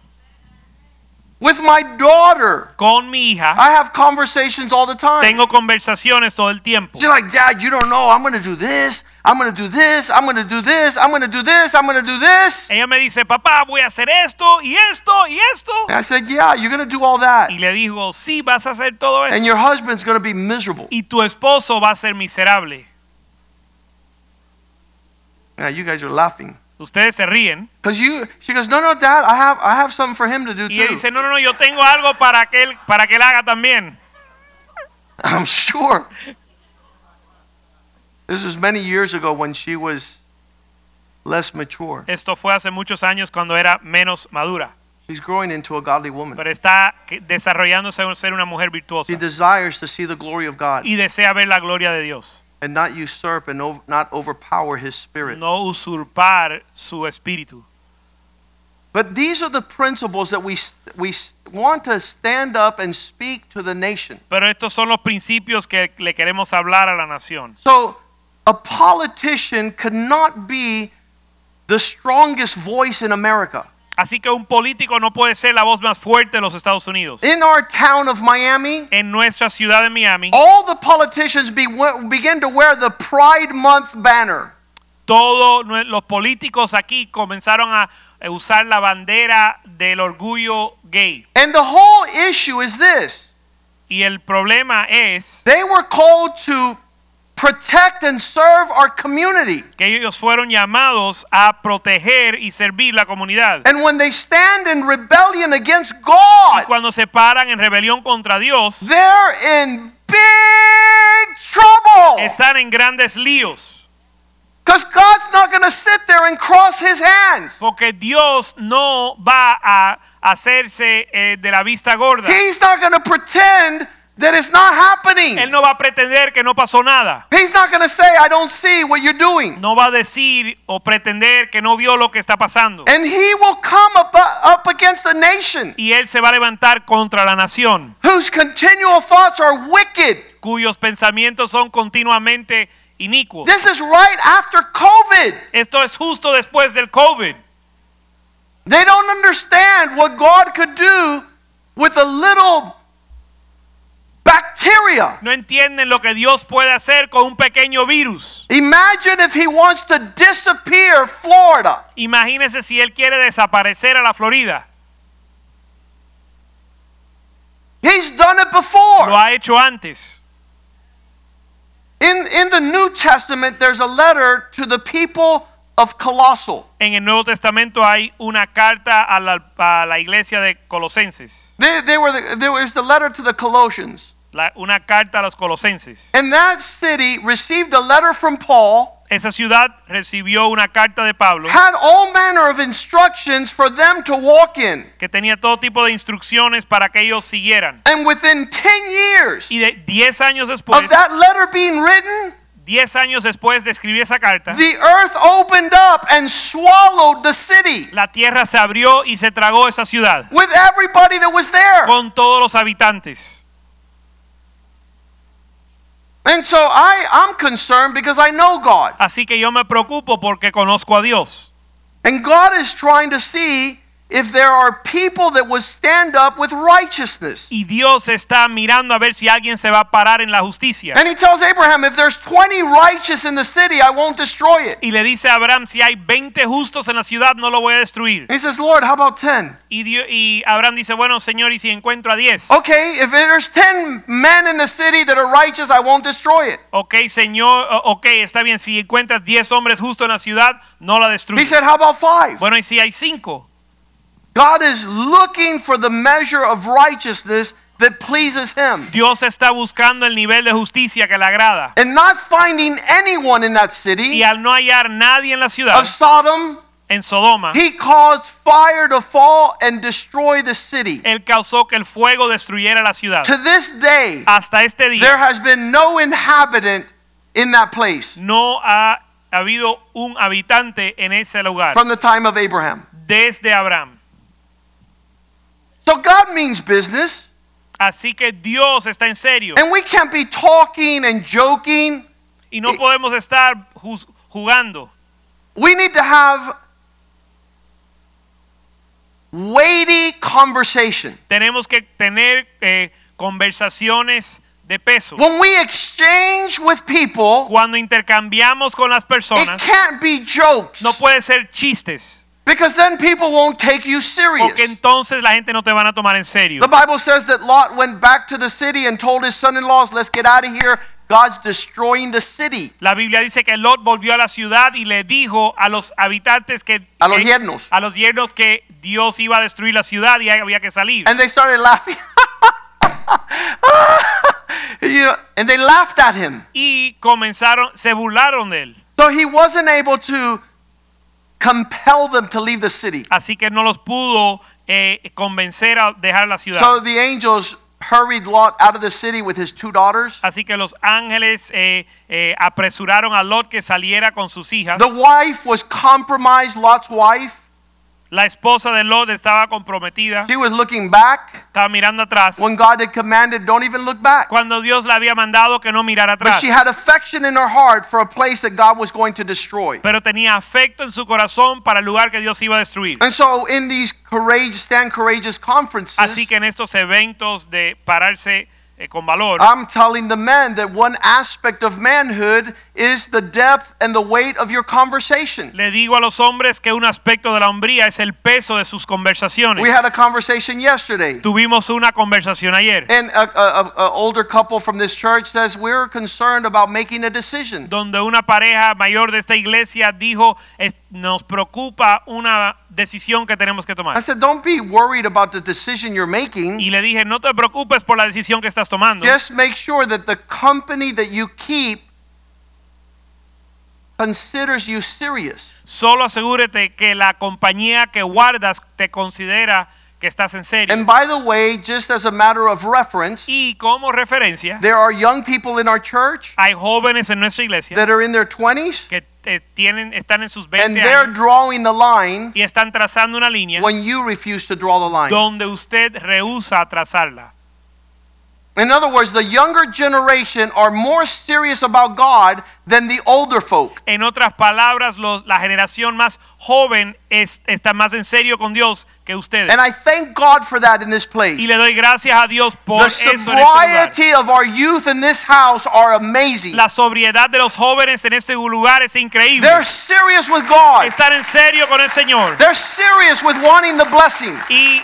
Speaker 1: With my daughter,
Speaker 2: con mi hija
Speaker 1: I have conversations all the time.
Speaker 2: tengo conversaciones todo el tiempo.
Speaker 1: She's like, Dad, you don't know. I'm going to do this. I'm going to do this. I'm going to do this. I'm going to do this. I'm going to do this.
Speaker 2: Ella me dice, papá, voy a hacer esto y esto y esto.
Speaker 1: And I said, Yeah, you're going to do all that.
Speaker 2: Y le digo, sí, vas a hacer todo eso.
Speaker 1: And your husband's going to be miserable.
Speaker 2: Y tu esposo va a ser miserable.
Speaker 1: Yeah, you guys are laughing.
Speaker 2: Ustedes se ríen.
Speaker 1: Cause you, she goes, no, no, Dad, I have, I have something for him to do
Speaker 2: Y él
Speaker 1: too.
Speaker 2: dice, no, no, no, yo tengo algo para que él, para que él haga también.
Speaker 1: I'm sure. This was many years ago when she was less mature.
Speaker 2: Esto fue hace muchos años cuando era menos madura.
Speaker 1: She's growing into a godly woman.
Speaker 2: Pero está que- desarrollándose a ser una mujer virtuosa.
Speaker 1: She desires to see the glory of God
Speaker 2: Y desea ver la gloria de Dios.
Speaker 1: and not usurp and ov- not overpower His Spirit.
Speaker 2: No usurpar su espíritu.
Speaker 1: But these are the principles that we s- we s- want to stand up and speak to the nation.
Speaker 2: Pero estos son los principios que le queremos hablar a la nación.
Speaker 1: So a politician could not be the strongest voice in America.
Speaker 2: Así que un político no puede ser la voz más fuerte de los Estados Unidos.
Speaker 1: In our town of Miami,
Speaker 2: En nuestra ciudad de Miami,
Speaker 1: all the politicians be, begin to wear the Pride Month banner.
Speaker 2: todos nue- los políticos aquí comenzaron a eh, usar la bandera del orgullo gay.
Speaker 1: And the whole issue is this
Speaker 2: Y el problema es
Speaker 1: they were called to protect and serve our community.
Speaker 2: que ellos fueron llamados a proteger y servir la comunidad.
Speaker 1: And when they stand in rebellion against
Speaker 2: Y
Speaker 1: God,
Speaker 2: cuando se paran en rebelión contra Dios,
Speaker 1: they're in big trouble.
Speaker 2: están en grandes líos.
Speaker 1: Because God's not going to sit there and cross his hands.
Speaker 2: Porque Dios no va a hacerse eh, de la vista gorda.
Speaker 1: He's not going to pretend that it's not
Speaker 2: Él
Speaker 1: happening.
Speaker 2: no va a pretender que no pasó nada.
Speaker 1: He's not going to say, I don't see what you're doing.
Speaker 2: no va a decir o pretender que no vio lo que está pasando.
Speaker 1: And he will come up, up against a nation
Speaker 2: Y él se va a levantar contra la nación,
Speaker 1: whose continual thoughts are wicked.
Speaker 2: cuyos pensamientos son continuamente inicuos.
Speaker 1: This is right after COVID.
Speaker 2: Esto es justo después del COVID.
Speaker 1: They don't understand what God could do with a little bacteria.
Speaker 2: No entienden lo que Dios puede hacer con un pequeño virus.
Speaker 1: Imagine if he wants to disappear Florida.
Speaker 2: Imagínense si él quiere desaparecer a la Florida.
Speaker 1: He's done it
Speaker 2: Lo
Speaker 1: before.
Speaker 2: ha hecho antes.
Speaker 1: In, in the New Testament, there's a letter to the people of Colossal.
Speaker 2: En el Nuevo Testamento hay una carta a la, a la iglesia de Colosenses.
Speaker 1: They, they were the, there was the letter to the Colossians.
Speaker 2: la- una carta a los colosenses.
Speaker 1: And that city received a letter from Paul,
Speaker 2: Esa ciudad recibió una carta de Pablo
Speaker 1: had all manner of instructions for them to walk in.
Speaker 2: que tenía todo tipo de instrucciones para que ellos siguieran.
Speaker 1: And within 10 years
Speaker 2: Y de 10 años después,
Speaker 1: of that letter being written,
Speaker 2: 10 años después de escribir esa carta,
Speaker 1: the earth opened up and swallowed the city
Speaker 2: la tierra se abrió y se tragó esa ciudad
Speaker 1: with everybody that was there.
Speaker 2: con todos los habitantes.
Speaker 1: And so I, I'm concerned because I know God.
Speaker 2: Así que yo me preocupo porque conozco a Dios.
Speaker 1: And God is trying to see if there are people that would stand up with righteousness.
Speaker 2: Y Dios está mirando a ver si alguien se va a parar en la justicia.
Speaker 1: And he tells Abraham, if there's 20 righteous in the city, I won't destroy it.
Speaker 2: Y le dice a Abraham, si hay 20 justos en la ciudad, no lo voy a destruir.
Speaker 1: He says, Lord, how about 10?
Speaker 2: Y, Dio- y Abraham dice, bueno, Señor, ¿y si encuentro a 10?
Speaker 1: Okay, if there's 10 men in the city that are righteous, I won't destroy it.
Speaker 2: Ok, Señor, o- ok, está bien, si encuentras 10 hombres justos en la ciudad, no la
Speaker 1: He
Speaker 2: destruyes.
Speaker 1: said, how about 5?
Speaker 2: Bueno, ¿y si hay 5?
Speaker 1: God is looking for the measure of righteousness that pleases him
Speaker 2: Dios está buscando el nivel de justicia que le agrada.
Speaker 1: and not finding anyone in that city
Speaker 2: Y al no hallar nadie en la ciudad,
Speaker 1: of Sodom.
Speaker 2: en Sodoma,
Speaker 1: He caused fire to fall and destroy the city.
Speaker 2: él causó que el fuego destruyera la ciudad.
Speaker 1: To this day,
Speaker 2: Hasta este día
Speaker 1: there has been no inhabitant in that place
Speaker 2: no ha habido un habitante en ese lugar
Speaker 1: from the time of Abraham.
Speaker 2: desde Abraham.
Speaker 1: So God means business,
Speaker 2: Así que Dios está en serio
Speaker 1: and we can't be talking and joking.
Speaker 2: y
Speaker 1: Eh,
Speaker 2: no podemos estar jus- jugando.
Speaker 1: We need to have weighty conversation.
Speaker 2: Tenemos que tener eh, conversaciones de peso.
Speaker 1: When we exchange with people,
Speaker 2: Cuando intercambiamos con las
Speaker 1: it
Speaker 2: personas,
Speaker 1: can't be jokes
Speaker 2: no puede ser chistes,
Speaker 1: because then people won't take you serious.
Speaker 2: porque entonces la gente no te van a tomar en serio.
Speaker 1: The Bible says that Lot went back to the city and told his son in laws, Let's get out of here. God's destroying the city.
Speaker 2: La Biblia dice que Lot volvió a la ciudad y le dijo a los habitantes que
Speaker 1: A los
Speaker 2: que-
Speaker 1: yernos.
Speaker 2: a los yernos que Dios iba a destruir la ciudad y había que salir.
Speaker 1: And they started laughing. You know, and they laughed at him.
Speaker 2: y comenzaron, se burlaron de él.
Speaker 1: So he wasn't able to compel them to leave the city.
Speaker 2: Así que no los pudo eh, convencer a dejar la ciudad.
Speaker 1: So the angels hurried Lot out of the city with his two daughters.
Speaker 2: Así que los ángeles eh, eh, apresuraron a Lot que saliera con sus hijas.
Speaker 1: The wife was compromised, Lot's wife.
Speaker 2: La esposa de Lot estaba comprometida,
Speaker 1: She was looking back
Speaker 2: estaba mirando atrás.
Speaker 1: when God had commanded, Don't even look back.
Speaker 2: Cuando Dios la había mandado que no mirara
Speaker 1: But
Speaker 2: atrás.
Speaker 1: she had affection in her heart for a place that God was going to destroy.
Speaker 2: Pero tenía afecto en su corazón para el lugar que Dios iba a destruir.
Speaker 1: And so in these courage, stand courageous conferences,
Speaker 2: Así que en estos eventos de pararse eh, con valor,
Speaker 1: I'm telling the men that one aspect of manhood is the depth and the weight of your conversation.
Speaker 2: le digo a los hombres que un aspecto de la hombría es el peso de sus conversaciones.
Speaker 1: We had a conversation yesterday.
Speaker 2: Tuvimos una conversación ayer
Speaker 1: And a, a, a- a older couple from this church says we're concerned about making a decision.
Speaker 2: donde una pareja mayor de esta iglesia dijo, "Es- nos preocupa una decisión que tenemos que
Speaker 1: I
Speaker 2: tomar.
Speaker 1: said, don't be worried about the decision you're making.
Speaker 2: Y le dije, no te preocupes por la decisión que estás tomando.
Speaker 1: Just make sure that the company that you keep considers you serious.
Speaker 2: Solo asegúrate que la compañía que guardas te considera que estás en serio.
Speaker 1: And by the way, just as a matter of reference,
Speaker 2: Y como referencia,
Speaker 1: there are young people in our church
Speaker 2: hay jóvenes en nuestra iglesia
Speaker 1: that are in their 20s
Speaker 2: que eh, tienen, están en sus 20
Speaker 1: and they're
Speaker 2: años
Speaker 1: drawing the line
Speaker 2: y están trazando una línea
Speaker 1: when you refuse to draw the line.
Speaker 2: donde usted rehúsa a trazarla.
Speaker 1: In other words, the younger generation are more serious about God than the older folk.
Speaker 2: En otras palabras, los- la generación más joven es- está más en serio con Dios que ustedes.
Speaker 1: And I thank God for that in this
Speaker 2: Y
Speaker 1: place.
Speaker 2: le doy gracias a Dios por
Speaker 1: The
Speaker 2: eso en este lugar.
Speaker 1: sobriety of our youth in this house are amazing.
Speaker 2: La sobriedad de los jóvenes en este lugar es increíble.
Speaker 1: They're serious with God.
Speaker 2: Estar en serio con el Señor
Speaker 1: They're serious with wanting the blessing.
Speaker 2: y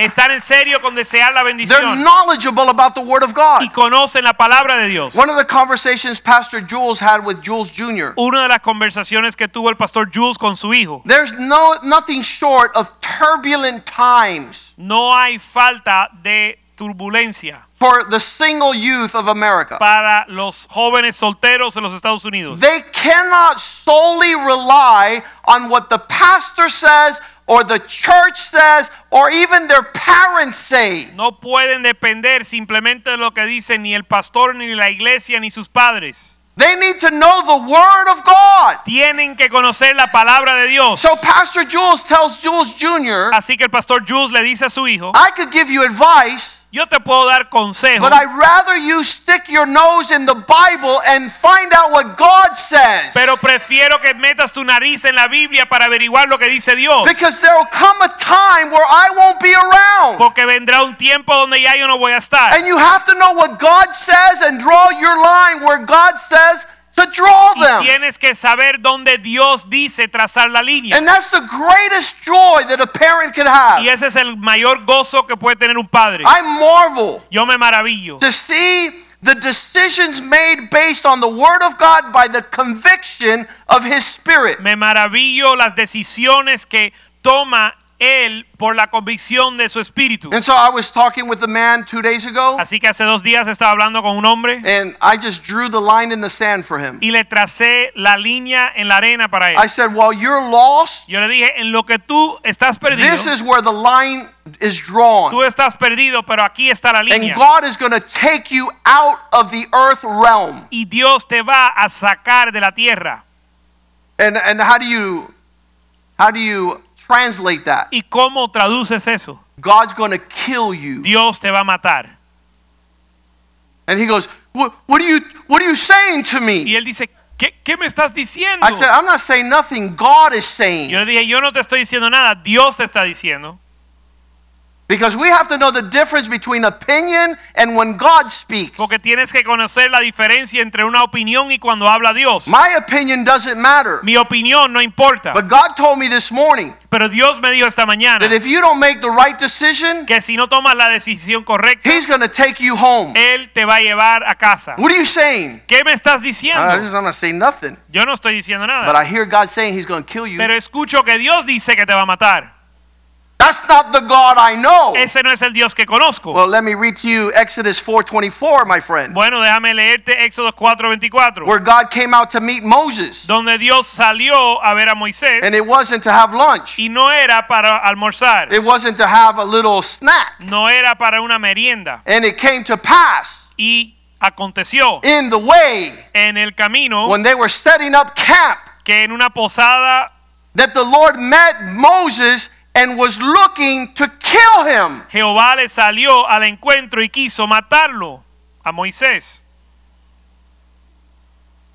Speaker 2: estar en serio con desear la
Speaker 1: They're
Speaker 2: bendición
Speaker 1: knowledgeable about the Word of God.
Speaker 2: y conocen la palabra de Dios.
Speaker 1: One of the conversations Pastor Jules had with Jules Jr.
Speaker 2: Una de las conversaciones que tuvo el pastor Jules con su hijo.
Speaker 1: There's no nothing short of turbulent times
Speaker 2: No hay falta de turbulencia
Speaker 1: for the single youth of America.
Speaker 2: para los jóvenes solteros en los Estados Unidos.
Speaker 1: They cannot solely rely on what the pastor says or the church says or even their parents say.
Speaker 2: No pueden depender simplemente de lo que dice ni el pastor, ni la iglesia, ni sus padres.
Speaker 1: They need to know the word of God.
Speaker 2: Tienen que conocer la palabra de Dios.
Speaker 1: So Pastor Jules tells Jules Jr.,
Speaker 2: Así que el pastor Jules le dice a su hijo,
Speaker 1: I could give you advice,
Speaker 2: yo te puedo dar consejo,
Speaker 1: but I'd rather you stick your nose in the Bible and find out what God says.
Speaker 2: pero prefiero que metas tu nariz en la Biblia para averiguar lo que dice Dios.
Speaker 1: Because there will come a time where I won't be around.
Speaker 2: Porque vendrá un tiempo donde ya yo no voy a estar.
Speaker 1: And you have to know what God says and draw your line where God says to draw
Speaker 2: Y
Speaker 1: them.
Speaker 2: tienes que saber dónde Dios dice trazar la línea.
Speaker 1: And that's the greatest joy that a parent could
Speaker 2: Y
Speaker 1: have.
Speaker 2: ese es el mayor gozo que puede tener un padre.
Speaker 1: I marvel
Speaker 2: Yo me maravillo
Speaker 1: to see the decisions made based on the Word of God by the conviction of His Spirit.
Speaker 2: Me maravillo las decisiones que toma él por la convicción de su espíritu.
Speaker 1: And so I was talking with a man two days ago,
Speaker 2: Así que hace dos días estaba hablando con un hombre
Speaker 1: and I just drew the line in the sand for him.
Speaker 2: y le tracé la línea en la arena para él.
Speaker 1: I said, While you're lost,
Speaker 2: Yo le dije, en lo que tú estás perdido,
Speaker 1: this is where the line is drawn.
Speaker 2: tú estás perdido, pero aquí está la
Speaker 1: And
Speaker 2: línea.
Speaker 1: God is going to take you out of the earth realm.
Speaker 2: Y Dios te va a sacar de la tierra.
Speaker 1: And, and how do you how do you translate that?
Speaker 2: ¿Y cómo traduces eso?
Speaker 1: God's going to kill you.
Speaker 2: Dios te va a matar.
Speaker 1: And he goes, "What what are you what are you saying to
Speaker 2: Y
Speaker 1: me?"
Speaker 2: él dice, ¿qué, qué me estás diciendo?
Speaker 1: I said, "I'm not saying nothing. God is
Speaker 2: Yo
Speaker 1: saying."
Speaker 2: le dije, yo no te estoy diciendo nada, Dios te está diciendo.
Speaker 1: Because we have to know the difference between opinion and when God speaks.
Speaker 2: Porque tienes que conocer la diferencia entre una opinión y cuando habla Dios.
Speaker 1: My opinion doesn't matter.
Speaker 2: Mi opinión no importa.
Speaker 1: But God told me this morning
Speaker 2: Pero Dios me dijo esta mañana
Speaker 1: that if you don't make the right decision,
Speaker 2: que si no tomas la decisión correcta,
Speaker 1: he's going to take you home.
Speaker 2: Él te va a llevar a casa.
Speaker 1: What are you saying? Uh,
Speaker 2: ¿Qué me estás
Speaker 1: I'm
Speaker 2: diciendo?
Speaker 1: just going to say nothing.
Speaker 2: Yo no estoy diciendo
Speaker 1: Ah, But
Speaker 2: nada.
Speaker 1: I hear God saying he's going to kill you.
Speaker 2: Pero escucho que Dios dice que te va a matar.
Speaker 1: That's not the God I know.
Speaker 2: Ese no es el Dios que conozco.
Speaker 1: Oh. Well, let me read to you Exodus 4:24, my friend.
Speaker 2: Bueno, déjame leerte Éxodo 4:24,
Speaker 1: Where God came out to meet Moses,
Speaker 2: donde Dios salió a ver a Moisés
Speaker 1: and it wasn't to have lunch.
Speaker 2: y no era para almorzar,
Speaker 1: It wasn't to have a little snack.
Speaker 2: no era para una merienda.
Speaker 1: And it came to pass
Speaker 2: Y aconteció
Speaker 1: in the way
Speaker 2: en el camino
Speaker 1: when they were setting up camp
Speaker 2: que en una posada
Speaker 1: that the Lord met Moses and was looking to kill him.
Speaker 2: Jehová le salió al encuentro y quiso matarlo a Moisés.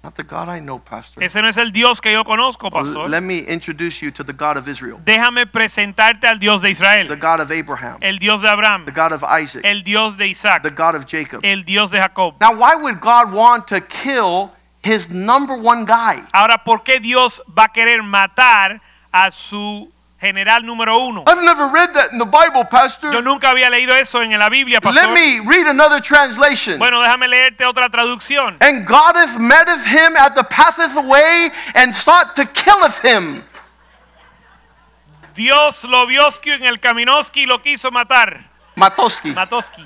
Speaker 1: Not the God I know, Pastor.
Speaker 2: Ese no es el Dios que yo conozco,
Speaker 1: L-
Speaker 2: pastor.
Speaker 1: Let me introduce you to the God of Israel,
Speaker 2: Déjame presentarte al Dios de
Speaker 1: the
Speaker 2: Israel,
Speaker 1: God of Abraham,
Speaker 2: el Dios de Abraham,
Speaker 1: the God of Isaac,
Speaker 2: el Dios de
Speaker 1: the
Speaker 2: Isaac,
Speaker 1: God of Jacob.
Speaker 2: el Dios de Jacob.
Speaker 1: Now, why would God want to kill his number one guy?
Speaker 2: Ahora, ¿por qué Dios va a querer matar a su general número uno?
Speaker 1: I've never read that in the Bible, Pastor.
Speaker 2: Yo nunca había leído eso en la Biblia, pastor.
Speaker 1: Let me read another translation.
Speaker 2: Bueno, déjame leerte otra traducción.
Speaker 1: And God have met of him at the patheth way and sought to killeth him.
Speaker 2: Dios lo vio en el Kaminoski y lo quiso matar.
Speaker 1: Matoski.
Speaker 2: Matoski.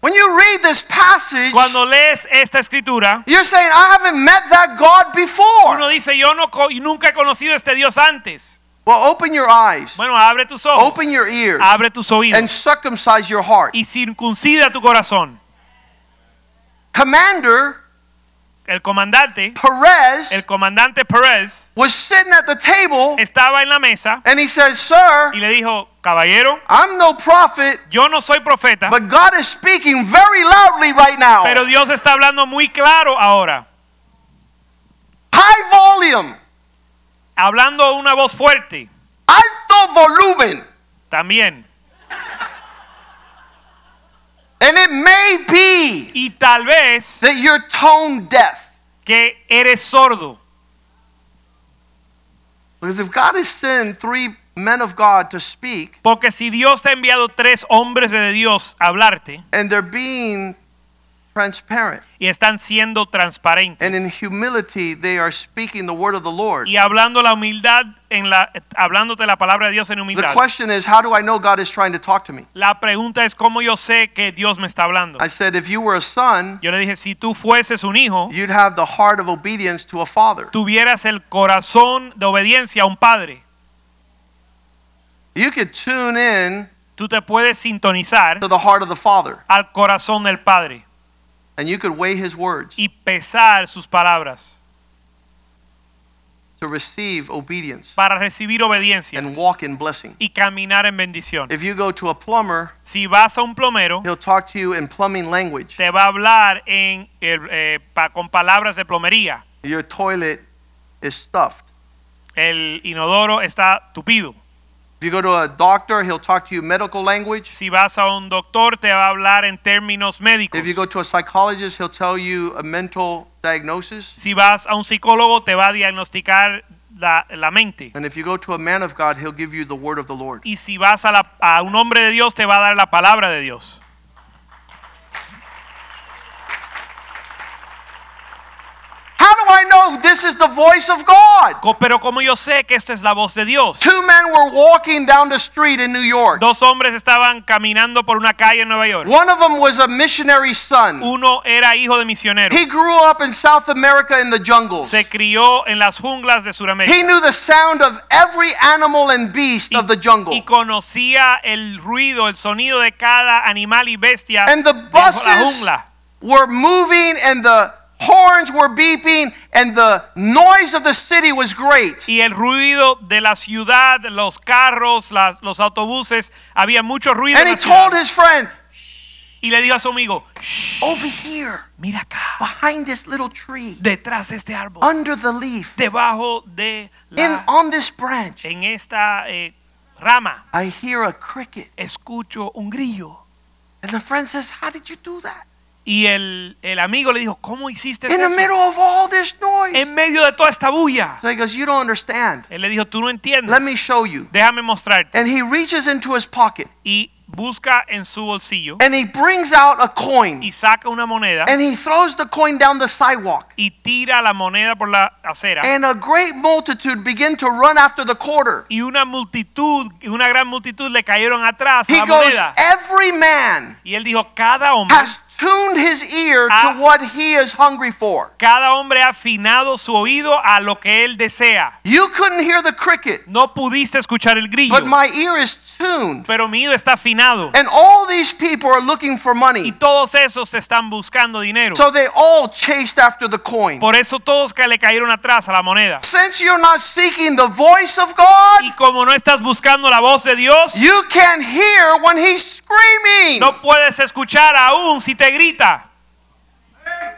Speaker 1: When you read this passage,
Speaker 2: Cuando lees esta escritura,
Speaker 1: you're saying, I haven't met that
Speaker 2: uno
Speaker 1: God before.
Speaker 2: dice, yo no co- nunca he conocido a este Dios antes.
Speaker 1: Well, open your eyes,
Speaker 2: Bueno, abre tus ojos,
Speaker 1: open your ears,
Speaker 2: abre tus
Speaker 1: and
Speaker 2: oídos
Speaker 1: circumcise your heart.
Speaker 2: y circuncida tu corazón.
Speaker 1: Commander
Speaker 2: El comandante,
Speaker 1: Perez
Speaker 2: el comandante Perez,
Speaker 1: was sitting at the table
Speaker 2: estaba en la mesa
Speaker 1: and he says, Sir,
Speaker 2: y le dijo, caballero,
Speaker 1: I'm no prophet,
Speaker 2: yo no soy profeta,
Speaker 1: but God is speaking very loudly right
Speaker 2: pero
Speaker 1: now.
Speaker 2: Dios está hablando muy claro ahora,
Speaker 1: High volume,
Speaker 2: hablando una voz fuerte
Speaker 1: alto volumen.
Speaker 2: también.
Speaker 1: And it may be
Speaker 2: Y tal vez
Speaker 1: that you're tone deaf.
Speaker 2: que eres sordo.
Speaker 1: Because if God has sent three men of God to speak,
Speaker 2: Porque si Dios te ha enviado tres hombres de Dios a hablarte
Speaker 1: and they're being transparent.
Speaker 2: y están siendo transparentes.
Speaker 1: And in humility, they are speaking the word of the Lord.
Speaker 2: y hablando la humildad en la hablándote la palabra de Dios en
Speaker 1: The
Speaker 2: humildad.
Speaker 1: question is, how do I know God is trying to talk to me?
Speaker 2: La pregunta es cómo yo sé que Dios me está hablando.
Speaker 1: I said, if you were a son,
Speaker 2: Yo le dije, si tú fueses un hijo,
Speaker 1: you'd have the heart of obedience to a father.
Speaker 2: tuvieras el corazón de obediencia a un padre.
Speaker 1: You could tune in
Speaker 2: Tú te puedes sintonizar
Speaker 1: to the heart of the father,
Speaker 2: al corazón del padre
Speaker 1: and you could weigh his words
Speaker 2: y pesar sus palabras
Speaker 1: to receive obedience
Speaker 2: para recibir obediencia
Speaker 1: and walk in blessing.
Speaker 2: y caminar en bendición.
Speaker 1: If you go to a plumber,
Speaker 2: Si vas a un plomero,
Speaker 1: he'll talk to you in plumbing language.
Speaker 2: te va a hablar en el- eh, pa- con palabras de plomería.
Speaker 1: Your toilet is stuffed.
Speaker 2: El inodoro está tupido.
Speaker 1: If you go to a doctor, he'll talk to you medical language.
Speaker 2: Si vas a un doctor, te va a hablar en términos médicos.
Speaker 1: If you go to a psychologist, he'll tell you a mental diagnosis.
Speaker 2: Si vas a un psicólogo, te va a diagnosticar la, la mente.
Speaker 1: And if you go to a man of God, he'll give you the word of the Lord.
Speaker 2: Y si vas a, la- a un hombre de Dios, te va a dar la palabra de Dios.
Speaker 1: How do I know this is the voice of God?
Speaker 2: Co- Pero como yo sé que esta es la voz de Dios.
Speaker 1: Two men were walking down the street in New York.
Speaker 2: Dos hombres estaban caminando por una calle en Nueva York.
Speaker 1: One of them was a missionary son.
Speaker 2: Uno era hijo de misionero.
Speaker 1: He grew up in South America in the jungles.
Speaker 2: Se crió en las junglas de
Speaker 1: He
Speaker 2: Sudamérica.
Speaker 1: knew the sound of every animal and beast of the jungle.
Speaker 2: Y conocía el ruido, el sonido de cada animal y bestia
Speaker 1: And the
Speaker 2: de la
Speaker 1: buses
Speaker 2: jungla.
Speaker 1: were moving and the horns were beeping and the noise of the city was great.
Speaker 2: Y el ruido de la ciudad, los carros, las- los autobuses, había mucho ruido. en
Speaker 1: And
Speaker 2: la
Speaker 1: he
Speaker 2: ciudad.
Speaker 1: told Oh, his friend,
Speaker 2: Y le dijo a su amigo,
Speaker 1: over here,
Speaker 2: mira acá,
Speaker 1: behind this little tree,
Speaker 2: detrás de este árbol,
Speaker 1: under the leaf,
Speaker 2: debajo de
Speaker 1: in
Speaker 2: la,
Speaker 1: on this branch,
Speaker 2: en esta eh, rama,
Speaker 1: I hear a cricket.
Speaker 2: escucho un grillo.
Speaker 1: And the friend says, How did you do that?
Speaker 2: Y el, el amigo le dijo, ¿cómo hiciste
Speaker 1: In the
Speaker 2: eso?
Speaker 1: middle of all this noise.
Speaker 2: En medio de toda esta bulla.
Speaker 1: So he goes, You don't understand.
Speaker 2: Él le dijo, tú no entiendes.
Speaker 1: Let me show you.
Speaker 2: Déjame mostrarte.
Speaker 1: And he reaches into his pocket
Speaker 2: Y busca en su bolsillo
Speaker 1: and he brings out a coin
Speaker 2: y saca una moneda
Speaker 1: and he throws the coin down the sidewalk.
Speaker 2: y tira la moneda por la acera.
Speaker 1: And a great multitude begin to run after the quarter.
Speaker 2: Y una multitud, una gran multitud le cayeron atrás a
Speaker 1: He
Speaker 2: la
Speaker 1: goes,
Speaker 2: moneda.
Speaker 1: Every man
Speaker 2: Y él dijo, cada hombre
Speaker 1: has tuned his ear to
Speaker 2: Ah.
Speaker 1: what he is hungry for.
Speaker 2: Cada hombre ha afinado su oído a lo que él desea.
Speaker 1: You couldn't hear the cricket,
Speaker 2: No pudiste escuchar el grillo,
Speaker 1: but my ear is tuned.
Speaker 2: pero mi oído está afinado.
Speaker 1: And all these people are looking for
Speaker 2: Y
Speaker 1: money.
Speaker 2: todos esos te están buscando dinero.
Speaker 1: So they all chased after the coin.
Speaker 2: Por eso todos que le cayeron atrás a la moneda.
Speaker 1: Since you're not seeking the voice of God,
Speaker 2: Y como no estás buscando la voz de Dios,
Speaker 1: you can hear when he's screaming.
Speaker 2: no puedes escuchar aún si te grita.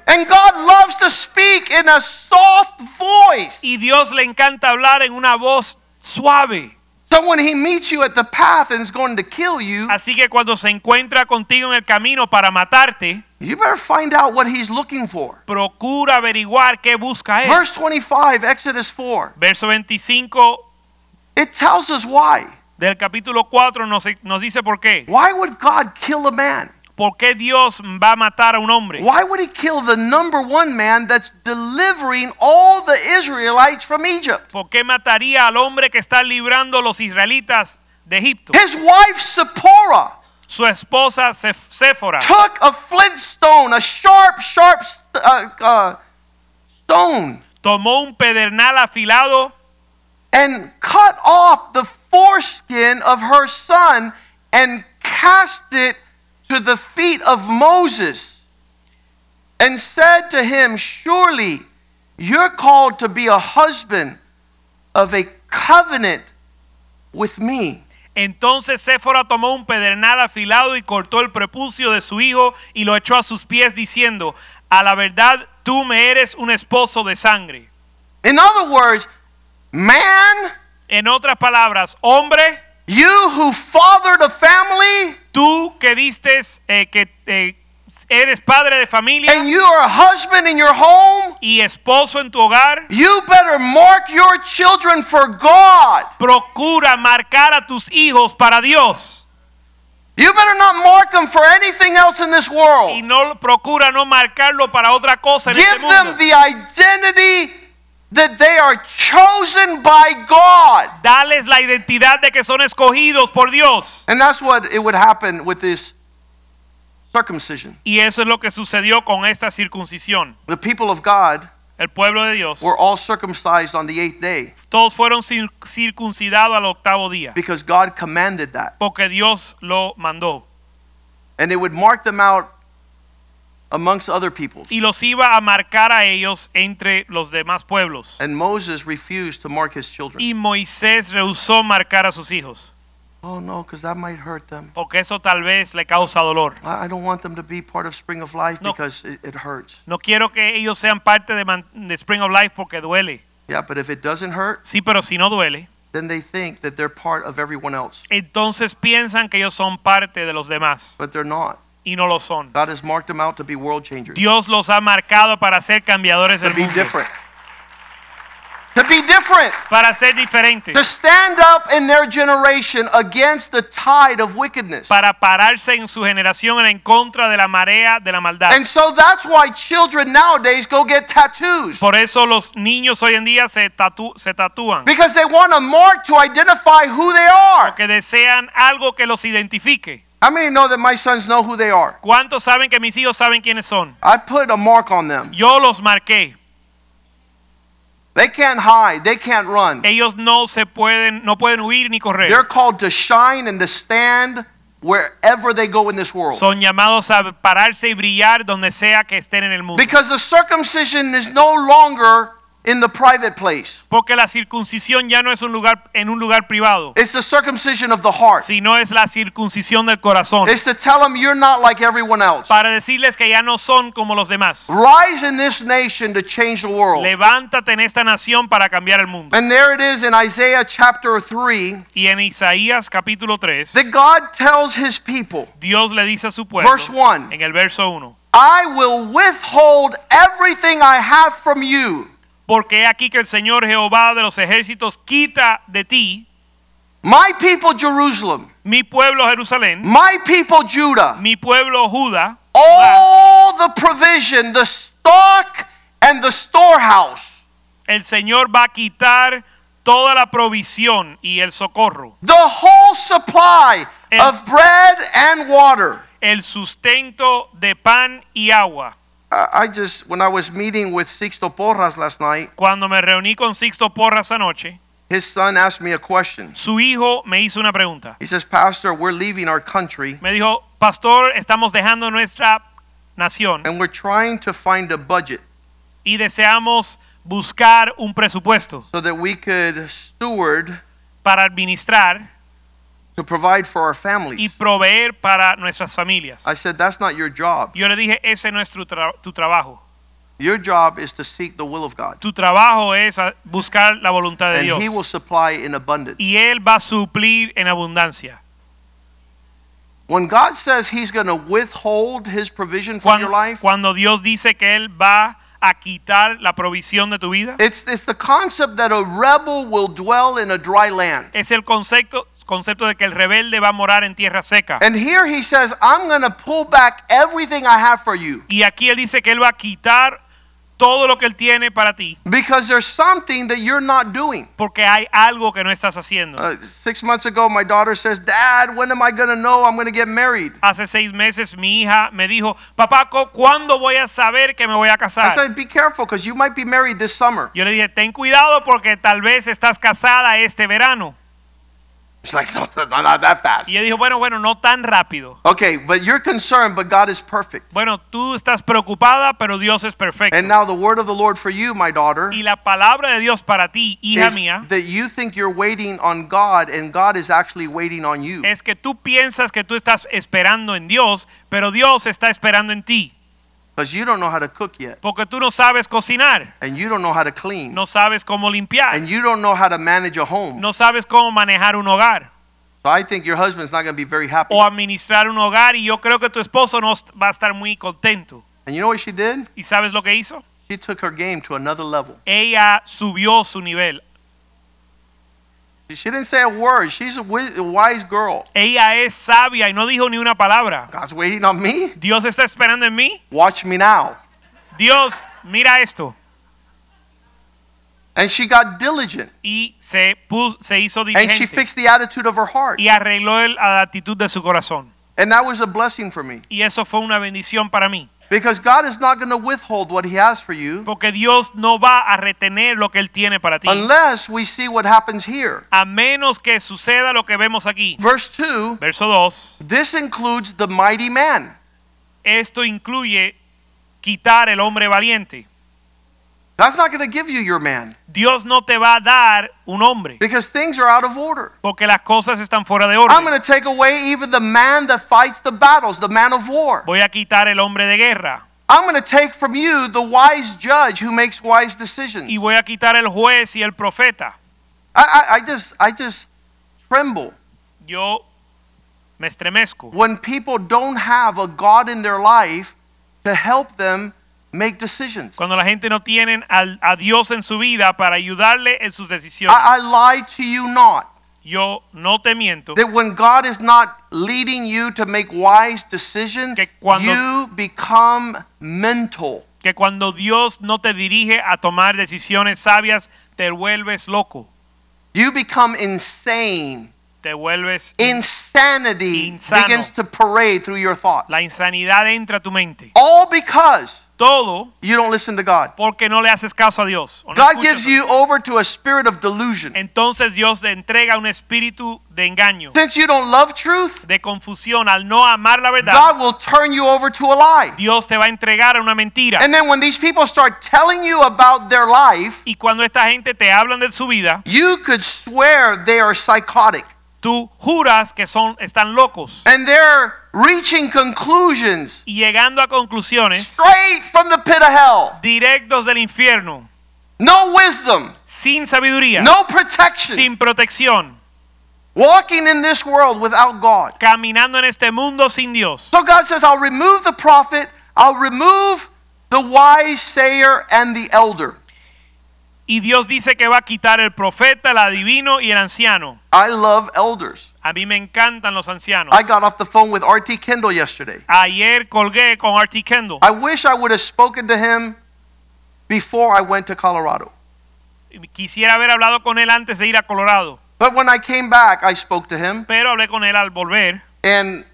Speaker 1: And God loves to speak in a soft voice.
Speaker 2: Y Dios le encanta hablar en una voz suave.
Speaker 1: So when he meets you at the path and is going to kill you,
Speaker 2: Así que cuando se encuentra contigo en el camino para matarte,
Speaker 1: you better find out what he's looking for.
Speaker 2: procura averiguar qué busca él.
Speaker 1: Verse 25, Exodus 4,
Speaker 2: Verso 25
Speaker 1: it tells us why.
Speaker 2: del capítulo 4 nos, nos dice por qué.
Speaker 1: Why would God kill a man?
Speaker 2: ¿Por qué Dios va a matar a un hombre?
Speaker 1: Why would he kill the number one man that's delivering all the Israelites from Egypt?
Speaker 2: ¿Por qué mataría al hombre que está librando los israelitas de Egipto?
Speaker 1: His wife, Zipporah.
Speaker 2: Su esposa Sef- Séfora
Speaker 1: took a flint stone, a sharp, sharp st- uh, uh, stone,
Speaker 2: tomó un pedernal afilado
Speaker 1: and cut off the foreskin of her son and cast it to the feet of Moses and said to him, Surely you're called to be a husband of a covenant with me.
Speaker 2: Entonces Séfora tomó un pedernal afilado y cortó el prepucio de su hijo y lo echó a sus pies diciendo, a la verdad tú me eres un esposo de sangre.
Speaker 1: In other words, man,
Speaker 2: En otras palabras, hombre,
Speaker 1: you who fathered a family.
Speaker 2: tú que diste eh, que eh, eres padre de familia
Speaker 1: and you are a husband in your home,
Speaker 2: y esposo en tu hogar,
Speaker 1: you better mark your children for God.
Speaker 2: procura marcar a tus hijos para Dios.
Speaker 1: You better not mark them for anything else in this
Speaker 2: y
Speaker 1: world.
Speaker 2: no procura no marcarlo para otra cosa en este
Speaker 1: Give them
Speaker 2: mundo.
Speaker 1: the identity that they are chosen by God.
Speaker 2: Dales la identidad de que son escogidos por Dios.
Speaker 1: And that's what it would happen with this circumcision.
Speaker 2: Y eso es lo que sucedió con esta circuncisión.
Speaker 1: The people of God
Speaker 2: El pueblo de Dios,
Speaker 1: were all circumcised on the eighth day
Speaker 2: todos fueron cir- circuncidados al octavo día,
Speaker 1: because God commanded that.
Speaker 2: porque Dios lo mandó.
Speaker 1: And they would mark them out amongst other peoples.
Speaker 2: Y los iba a marcar a ellos entre los demás pueblos.
Speaker 1: And Moses refused to mark his children.
Speaker 2: Y Moisés rehusó marcar a sus hijos,
Speaker 1: Oh no, because that might hurt them.
Speaker 2: porque eso tal vez le causa dolor.
Speaker 1: I I don't want them to be part of Spring of Life
Speaker 2: No.
Speaker 1: because it, it hurts.
Speaker 2: No quiero que ellos sean parte de, man- de Spring of Life porque duele.
Speaker 1: Yeah, but if it doesn't hurt,
Speaker 2: Sí, pero si no duele,
Speaker 1: then they think that they're part of everyone else.
Speaker 2: entonces piensan que ellos son parte de los demás
Speaker 1: But they're not.
Speaker 2: y no lo son.
Speaker 1: God has marked them out to be world changers.
Speaker 2: Dios los ha marcado para ser cambiadores
Speaker 1: to
Speaker 2: del
Speaker 1: be
Speaker 2: mundo,
Speaker 1: different. To be different.
Speaker 2: para ser diferentes,
Speaker 1: To stand up in their generation against the tide of wickedness.
Speaker 2: para pararse en su generación en contra de la marea de la maldad.
Speaker 1: And so that's why children nowadays go get tattoos.
Speaker 2: Por eso los niños hoy en día se, tatu- se tatúan,
Speaker 1: Because they want a mark to identify who they are.
Speaker 2: que desean algo que los identifique.
Speaker 1: How many know that my sons know who they are?
Speaker 2: ¿Cuántos saben que mis hijos saben quiénes son?
Speaker 1: I put a mark on them.
Speaker 2: Yo los marqué.
Speaker 1: They can't hide, they can't run.
Speaker 2: Ellos no se pueden, no pueden huir ni
Speaker 1: They're
Speaker 2: correr.
Speaker 1: called to shine and to stand wherever they go in this world.
Speaker 2: Son llamados a pararse y brillar donde sea que estén en el mundo.
Speaker 1: Because the circumcision is no longer in the private place.
Speaker 2: Porque la circuncisión ya no es un lugar en un lugar privado,
Speaker 1: It's the circumcision of the heart.
Speaker 2: sino es la circuncisión del corazón.
Speaker 1: It's to tell them you're not like everyone else.
Speaker 2: Para decirles que ya no son como los demás.
Speaker 1: Rise in this nation to change the world.
Speaker 2: Levántate en esta nación para cambiar el mundo.
Speaker 1: And there it is in Isaiah chapter 3
Speaker 2: Y en Isaías capítulo 3,
Speaker 1: that God tells his people,
Speaker 2: Dios le dice a su pueblo
Speaker 1: Verse one.
Speaker 2: en el verso 1,
Speaker 1: I will withhold everything I have from you,
Speaker 2: porque he aquí que el Señor Jehová de los ejércitos quita de ti,
Speaker 1: my people Jerusalem,
Speaker 2: mi pueblo Jerusalén,
Speaker 1: my people Judah,
Speaker 2: mi pueblo Judá,
Speaker 1: all the provision, the stock, and the storehouse,
Speaker 2: el Señor va a quitar toda la provisión y el socorro,
Speaker 1: the whole supply
Speaker 2: And-
Speaker 1: of bread and water.
Speaker 2: el sustento de pan y agua.
Speaker 1: I I just, when I was meeting with Sixto Porras last night,
Speaker 2: Cuando me reuní con Sixto Porras anoche,
Speaker 1: his son asked me a question.
Speaker 2: su hijo me hizo una pregunta.
Speaker 1: He says, Pastor, we're leaving our country
Speaker 2: Me dijo, pastor, estamos dejando nuestra nación
Speaker 1: and we're trying to find a budget
Speaker 2: y deseamos buscar un presupuesto
Speaker 1: so that we could steward
Speaker 2: para administrar
Speaker 1: to provide for our families.
Speaker 2: y proveer para nuestras familias.
Speaker 1: I said, That's not your job.
Speaker 2: Yo le dije, ese no es tu, tra- tu trabajo.
Speaker 1: Your job is to seek the will of God,
Speaker 2: Tu trabajo es a- buscar la voluntad de
Speaker 1: and
Speaker 2: Dios.
Speaker 1: He will supply in abundance.
Speaker 2: Y Él va a suplir en abundancia.
Speaker 1: When God says He's going to withhold His provision from
Speaker 2: Cuando,
Speaker 1: your life,
Speaker 2: cuando Dios dice que Él va a quitar la provisión de tu vida,
Speaker 1: it's, it's the concept that a rebel will dwell in a dry land.
Speaker 2: es el concepto, concepto de que el rebelde va a morar en tierra seca.
Speaker 1: And here He says, I'm going to pull back everything I have for you.
Speaker 2: Y aquí Él dice que Él va a quitar todo lo que Él tiene para ti,
Speaker 1: Because there's something that you're not doing.
Speaker 2: porque hay algo que no estás haciendo.
Speaker 1: Uh, six months ago, my daughter says, Dad, when am I going to know I'm going to get married?
Speaker 2: Hace seis meses mi hija me dijo, papá, ¿cu- ¿cuándo voy a saber que me voy a
Speaker 1: I
Speaker 2: casar?
Speaker 1: said, Be careful because you might be married this summer.
Speaker 2: Yo le dije, ten cuidado porque tal vez estás casada este verano.
Speaker 1: She's like, No, no, not that fast.
Speaker 2: Y ella dijo, bueno, bueno, no tan rápido.
Speaker 1: Okay, but you're concerned, but God is perfect.
Speaker 2: Bueno, tú estás preocupada, pero Dios es perfecto.
Speaker 1: And now the word of the Lord for you, my daughter,
Speaker 2: y la palabra de Dios para ti, hija
Speaker 1: is
Speaker 2: mía,
Speaker 1: that you think you're waiting on God and God is actually waiting on you.
Speaker 2: es que tú piensas que tú estás esperando en Dios, pero Dios está esperando en ti.
Speaker 1: Because you don't know how to cook yet.
Speaker 2: Porque tú no sabes cocinar,
Speaker 1: And you don't know how to clean.
Speaker 2: no sabes cómo limpiar,
Speaker 1: And you don't know how to manage a home.
Speaker 2: no sabes cómo manejar un hogar.
Speaker 1: So I think your husband's not going to be very happy.
Speaker 2: o administrar un hogar y yo creo que tu esposo no est- va a estar muy contento.
Speaker 1: And you know what she did?
Speaker 2: ¿Y sabes lo que hizo?
Speaker 1: She took her game to another level.
Speaker 2: Ella subió su nivel.
Speaker 1: She didn't say a word. She's a wi- a wise girl.
Speaker 2: Ella es sabia y no dijo ni una palabra.
Speaker 1: God's waiting on me.
Speaker 2: Dios está esperando en mí.
Speaker 1: Watch me now.
Speaker 2: Dios, mira esto.
Speaker 1: And she got diligent.
Speaker 2: Y se, pu- se hizo
Speaker 1: And she
Speaker 2: diligente
Speaker 1: fixed the attitude of her heart.
Speaker 2: y arregló el- la actitud de su corazón.
Speaker 1: And that was a blessing for me.
Speaker 2: Y eso fue una bendición para mí.
Speaker 1: Because God is not going to withhold what He has for you
Speaker 2: Porque Dios no va a retener lo que Él tiene para ti.
Speaker 1: unless we see what happens here.
Speaker 2: A menos que suceda lo que vemos aquí.
Speaker 1: Verse 2
Speaker 2: Verso 2.
Speaker 1: this includes the mighty man.
Speaker 2: Esto incluye quitar el hombre valiente.
Speaker 1: God's not going to give you your man
Speaker 2: Dios no te va a dar un hombre.
Speaker 1: because things are out of order.
Speaker 2: Porque las cosas están fuera de
Speaker 1: I'm
Speaker 2: orden.
Speaker 1: going to take away even the man that fights the battles, the man of war.
Speaker 2: Voy a quitar el hombre de guerra.
Speaker 1: I'm going to take from you the wise judge who makes wise decisions.
Speaker 2: Y voy a quitar el juez y el profeta.
Speaker 1: I, I, I just I just tremble
Speaker 2: Yo me estremezco.
Speaker 1: when people don't have a God in their life to help them make decisions. I,
Speaker 2: Cuando la gente no tiene al- a Dios en su vida para ayudarle en sus decisiones.
Speaker 1: I lie to you not
Speaker 2: Yo no te miento.
Speaker 1: that when God is not leading you to make wise decisions,
Speaker 2: Que cuando-
Speaker 1: you become mental.
Speaker 2: que cuando Dios no te dirige a tomar decisiones sabias, te vuelves loco,
Speaker 1: You become insane.
Speaker 2: te vuelves...
Speaker 1: Eh. Insanity
Speaker 2: Insano.
Speaker 1: begins to parade through your thought.
Speaker 2: La insanidad entra a tu mente.
Speaker 1: All because
Speaker 2: Todo
Speaker 1: you don't listen to God.
Speaker 2: porque no le haces caso a Dios. o no
Speaker 1: God
Speaker 2: escuchas
Speaker 1: gives
Speaker 2: a Dios.
Speaker 1: you over to a spirit of delusion.
Speaker 2: Entonces Dios te entrega un espíritu de engaño,
Speaker 1: Since you don't love truth,
Speaker 2: de confusión al no amar la verdad.
Speaker 1: God will turn you over to a lie.
Speaker 2: Dios te va a entregar a una mentira.
Speaker 1: And then when these people start telling you about their life,
Speaker 2: Y cuando esta gente te hablan de su vida,
Speaker 1: you could swear they are psychotic.
Speaker 2: tú juras que son están locos
Speaker 1: And they're reaching conclusions
Speaker 2: y llegando a conclusiones
Speaker 1: straight from the pit of hell.
Speaker 2: directos del infierno,
Speaker 1: No wisdom,
Speaker 2: sin sabiduría,
Speaker 1: no protection,
Speaker 2: sin protección,
Speaker 1: walking in this world without God.
Speaker 2: caminando en este mundo sin Dios.
Speaker 1: So God says, I'll remove the prophet, I'll remove the wise sayer and the elder.
Speaker 2: Y Dios dice que va a quitar el profeta, el adivino y el anciano.
Speaker 1: I love elders.
Speaker 2: A mí me encantan los ancianos.
Speaker 1: I got off the phone with R.T. Kendall yesterday.
Speaker 2: Ayer colgué con R.T. Kendall.
Speaker 1: I wish I would have spoken to him before I went to Colorado.
Speaker 2: Quisiera haber hablado con él antes de ir a Colorado,
Speaker 1: But when I came back, I spoke to him,
Speaker 2: pero hablé con él al volver
Speaker 1: and